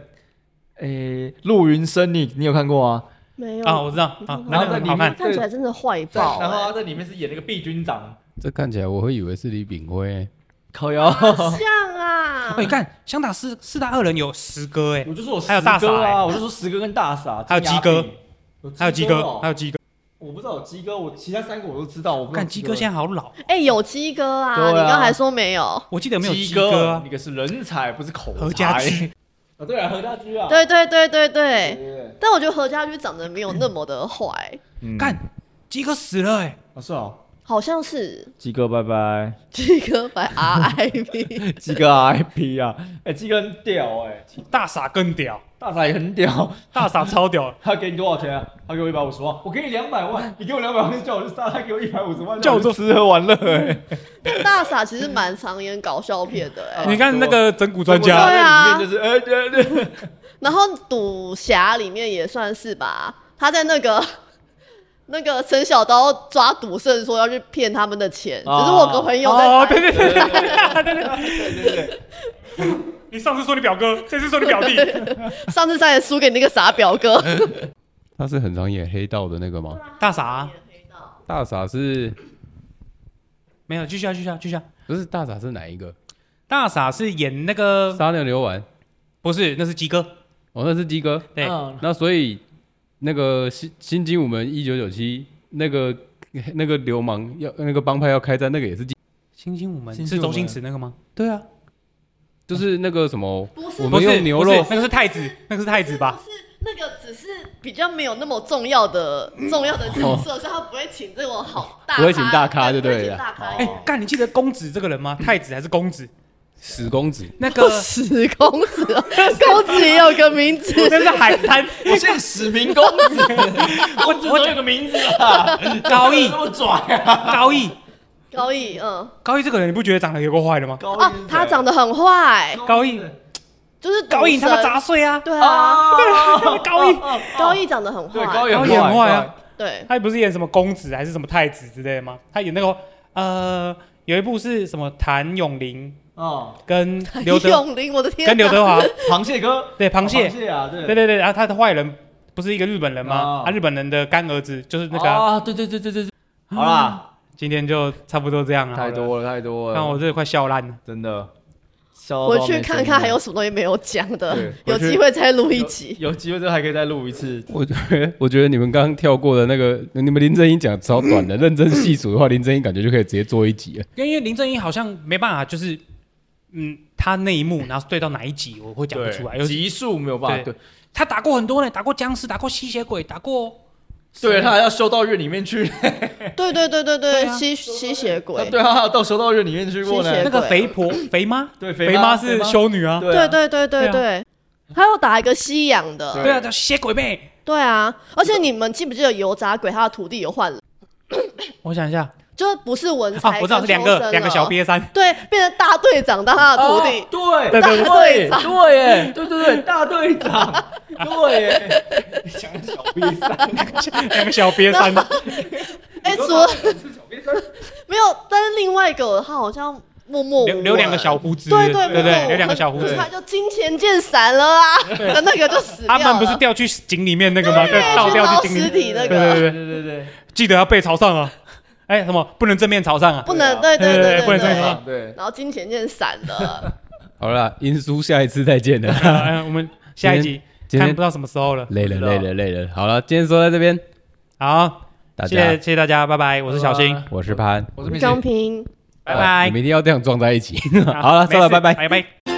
Speaker 4: 诶陆云生，你你有看过啊？
Speaker 3: 没有
Speaker 2: 啊，我知道
Speaker 3: 你
Speaker 2: 啊
Speaker 3: 看，过
Speaker 2: 那
Speaker 4: 然后
Speaker 2: 个
Speaker 4: 在
Speaker 2: 很
Speaker 4: 里
Speaker 2: 好
Speaker 4: 面
Speaker 2: 看
Speaker 3: 他。看起来真的坏
Speaker 2: 哦
Speaker 3: 爆、欸。
Speaker 4: 然后他在里面是演那个毕军长，
Speaker 1: 这看起来我会以为是李炳辉、欸，
Speaker 4: 靠腰。
Speaker 3: 像啊
Speaker 2: 哦，你看香港四四大恶人有石哥哎
Speaker 4: 我，就说我
Speaker 2: 还有大傻
Speaker 4: 十哥
Speaker 2: 欸
Speaker 4: 啊，我就说十哥跟大傻，
Speaker 2: 还有
Speaker 4: 金牙
Speaker 2: 鸡哥
Speaker 4: 饼，
Speaker 2: 还有鸡
Speaker 4: 哦
Speaker 2: 哥，还有鸡哥，
Speaker 4: 我不知道有鸡哥，我其他三个我都知道，我不知道
Speaker 2: 看鸡哥现在好老，
Speaker 3: 哎、有鸡哥啊，
Speaker 4: 对啊
Speaker 3: 你刚才说没有？
Speaker 2: 我记得没有
Speaker 4: 鸡
Speaker 2: 鸡哥啊
Speaker 4: 那，个是人才，不是口才。
Speaker 2: 何家驹
Speaker 4: 啊，对啊，何家驹啊，
Speaker 3: 对对对对
Speaker 4: 对
Speaker 3: 对。
Speaker 4: 对对，
Speaker 3: 但我觉得何家驹长得没有那么的坏，
Speaker 4: 嗯
Speaker 2: 干鸡哥死了哎，
Speaker 4: 啊是哦，
Speaker 3: 好像是
Speaker 4: 鸡哥拜拜。
Speaker 3: 鸡哥白 R I P。
Speaker 4: 鸡哥 IP 啊，哎、鸡哥很屌哎、
Speaker 2: 大傻更屌，
Speaker 4: 大傻也很屌，
Speaker 2: 大傻超屌，
Speaker 4: 他给你多少钱啊？他给我一百五十万，我给你两百万，你给我两百万就叫我去杀，他给我一百五十万
Speaker 2: 叫我
Speaker 4: 去
Speaker 2: 做
Speaker 4: 吃喝玩乐哎、
Speaker 3: 但大傻其实蛮常演搞笑片的哎、
Speaker 4: 啊
Speaker 2: 你看那个整蛊专
Speaker 3: 对
Speaker 2: 家，
Speaker 3: 啊
Speaker 4: 在里面就是呃对对，呃
Speaker 3: 然后赌侠里面也算是吧，他在那个 那个陈小刀抓赌圣说要去骗他们的钱，
Speaker 4: 啊
Speaker 3: 只是我跟朋友在
Speaker 2: 哦，
Speaker 3: 打
Speaker 2: 对对对对
Speaker 4: 对对对，
Speaker 2: 你上次说你表哥，这次说你表弟，
Speaker 3: 上次差点输给你那个傻表哥，
Speaker 1: 他是很常演黑道的那个吗？
Speaker 2: 大傻啊
Speaker 1: 大傻是
Speaker 2: 没有，继续啊，继续啊，继续啊。
Speaker 1: 不是大傻是哪一个？
Speaker 2: 大傻是演那个
Speaker 1: 撒尿牛丸，
Speaker 2: 不是，那是鸡哥，
Speaker 1: 哦，那是鸡哥。
Speaker 2: 对，
Speaker 4: 嗯
Speaker 1: 那所以那个新新精武门一九九七那个那个流氓要那个帮派要开战，那个也是鸡。
Speaker 2: 星星我们
Speaker 4: 星星
Speaker 2: 是
Speaker 4: 我们
Speaker 2: 周星驰那个吗？
Speaker 1: 对啊，就是那个什么，
Speaker 3: 不是
Speaker 1: 我
Speaker 2: 不
Speaker 1: 们
Speaker 2: 是
Speaker 1: 用牛
Speaker 2: 不是
Speaker 1: 肉
Speaker 2: 那个是太子，那个是太子吧？
Speaker 3: 是那个只是比较没有那么重要的重要的角色，所以他不会请这种好大咖，
Speaker 1: 不会请大咖就
Speaker 3: 不会
Speaker 1: 对
Speaker 3: 请
Speaker 1: 了
Speaker 3: 大咖
Speaker 2: 哎，干，你记得公子这个人吗？太子还是公 子？
Speaker 1: 史公子，
Speaker 2: 那个
Speaker 3: 史哎公子，公子也有个名字，
Speaker 2: 真是海 滩
Speaker 4: 我现在史明公子，我只有个名字啊，
Speaker 2: 嗯高义
Speaker 4: 这么拽啊，
Speaker 2: 高义
Speaker 3: 高义，嗯，
Speaker 2: 高义这个人，你不觉得长得有够坏的吗？
Speaker 4: 高
Speaker 3: 啊，他长得很坏，
Speaker 2: 高义
Speaker 3: 就是赌
Speaker 2: 高义你他妈
Speaker 3: 神
Speaker 2: 杂碎啊！
Speaker 3: 对啊，
Speaker 2: 高义
Speaker 4: 啊
Speaker 3: 高义哦长得很
Speaker 4: 哦对
Speaker 3: 坏，
Speaker 4: 高
Speaker 2: 高
Speaker 4: 演
Speaker 2: 义很坏啊，
Speaker 3: 对
Speaker 2: 他不是演什么公子还是什么太子之类的吗？他演那个呃，有一部是什么谭咏麟
Speaker 4: 哦，
Speaker 2: 跟刘
Speaker 3: 李
Speaker 2: 德
Speaker 3: 永林，我的天哪，
Speaker 2: 跟刘德 华，
Speaker 4: 螃蟹哥，
Speaker 2: 对啊哦螃蟹，
Speaker 4: 啊，
Speaker 2: 对
Speaker 4: 对。
Speaker 2: 对对，然后他的坏人不是一个日本人吗啊
Speaker 4: 哦？
Speaker 2: 他日本人的干儿子就是那个啊。
Speaker 4: 啊，对对对对对，对好啦，
Speaker 2: 今天就差不多这样了，
Speaker 4: 太
Speaker 2: 好
Speaker 4: 多了太多
Speaker 2: 了，
Speaker 4: 了，
Speaker 2: 让我这快笑烂了。
Speaker 4: 真的。笑
Speaker 5: 哦
Speaker 4: 到
Speaker 3: 回
Speaker 4: 没
Speaker 3: 去
Speaker 4: 声
Speaker 3: 看
Speaker 4: 音
Speaker 3: 看还
Speaker 4: 了
Speaker 3: 有什么东西没有讲的
Speaker 4: 对，
Speaker 3: 有
Speaker 4: 回去
Speaker 3: 机会再录一 集。
Speaker 4: 有机会之后还可以再录一次。
Speaker 1: 我觉得我觉得你们刚刚跳过的那个，你们林正英讲得超 短的，认真细数的话，林正英感觉就可以直接做一集了。
Speaker 2: 因为林正英好像没办法，就是嗯，他那一幕，然后对到哪一集，我会讲不出来。有
Speaker 4: 集数没有办法对，
Speaker 2: 他打过很多人，打过僵尸，打过吸血鬼，打过
Speaker 4: 对他还要修道院里面去，
Speaker 3: 对对对
Speaker 2: 对
Speaker 3: 对对，
Speaker 2: 啊
Speaker 3: 吸吸血鬼
Speaker 4: 他，啊对他还要到修道院里面去过
Speaker 3: 吸
Speaker 2: 那
Speaker 3: 血鬼。
Speaker 4: 呢
Speaker 2: 个肥婆肥妈，
Speaker 4: 对，
Speaker 2: 肥
Speaker 4: 妈
Speaker 2: 妈是，修女啊。
Speaker 4: 对
Speaker 3: 对
Speaker 4: 啊
Speaker 3: 对对对
Speaker 2: 对
Speaker 3: 对，还有打一个西洋的，
Speaker 4: 对
Speaker 2: 对啊，叫吸血鬼妹。
Speaker 3: 对啊，而且你们记不记得油炸鬼他的徒弟有换人，
Speaker 2: 我想一下
Speaker 3: 就是不是文
Speaker 2: 啊
Speaker 3: 才，
Speaker 2: 我知道是
Speaker 3: 跟
Speaker 2: 两
Speaker 3: 秋生
Speaker 2: 个
Speaker 3: 了
Speaker 2: 两个小，瘪三，
Speaker 3: 对，变成大队长当他的徒弟
Speaker 4: 哦，
Speaker 2: 对对
Speaker 4: 对对
Speaker 2: 对
Speaker 4: 对对对 耶，对对对，大队长，对 耶，想小瘪三，
Speaker 2: 两个小瘪三。
Speaker 3: 哎，除了
Speaker 4: 是小瘪三，
Speaker 3: 没有，但是另外一个我好像默默无
Speaker 2: 留留两个
Speaker 3: 闻
Speaker 2: 小胡子，
Speaker 3: 对
Speaker 2: 对
Speaker 3: 对
Speaker 2: 不对，留两个小胡子
Speaker 3: 很。快就金钱剑散了啊，的那个就死掉
Speaker 2: 他
Speaker 3: 了。
Speaker 2: 们不是掉去井里面那个吗？对，倒掉去井里
Speaker 3: 捞
Speaker 2: 面。
Speaker 3: 尸体那
Speaker 2: 对
Speaker 3: 个
Speaker 2: 对对对，
Speaker 4: 对对对，
Speaker 2: 记得要背朝上啊！哎，什么不能正面朝上啊？
Speaker 3: 不能，对对对
Speaker 2: 不能这
Speaker 3: 对
Speaker 2: 样
Speaker 3: 对
Speaker 2: 吗。
Speaker 4: 对，
Speaker 3: 然后金钱剑散 了，
Speaker 1: 好了，英叔，下一次再见了。
Speaker 2: 哎，我们下一集
Speaker 1: 今天
Speaker 2: 看不到什么时候了。
Speaker 1: 累了，
Speaker 4: 不知道
Speaker 1: 累了，累了。好了，今天说到这边，
Speaker 2: 好，
Speaker 1: 大
Speaker 2: 谢谢
Speaker 1: 家啊
Speaker 2: 谢，谢大家，拜拜，我是小新，
Speaker 1: 我是潘，
Speaker 4: 我是明
Speaker 3: 张平。
Speaker 2: 拜
Speaker 1: 啊你
Speaker 2: 拜
Speaker 1: 们，一定要这样撞在一起。好了，算了，
Speaker 2: 没
Speaker 1: 拜
Speaker 2: 事
Speaker 1: 拜。
Speaker 2: 拜拜。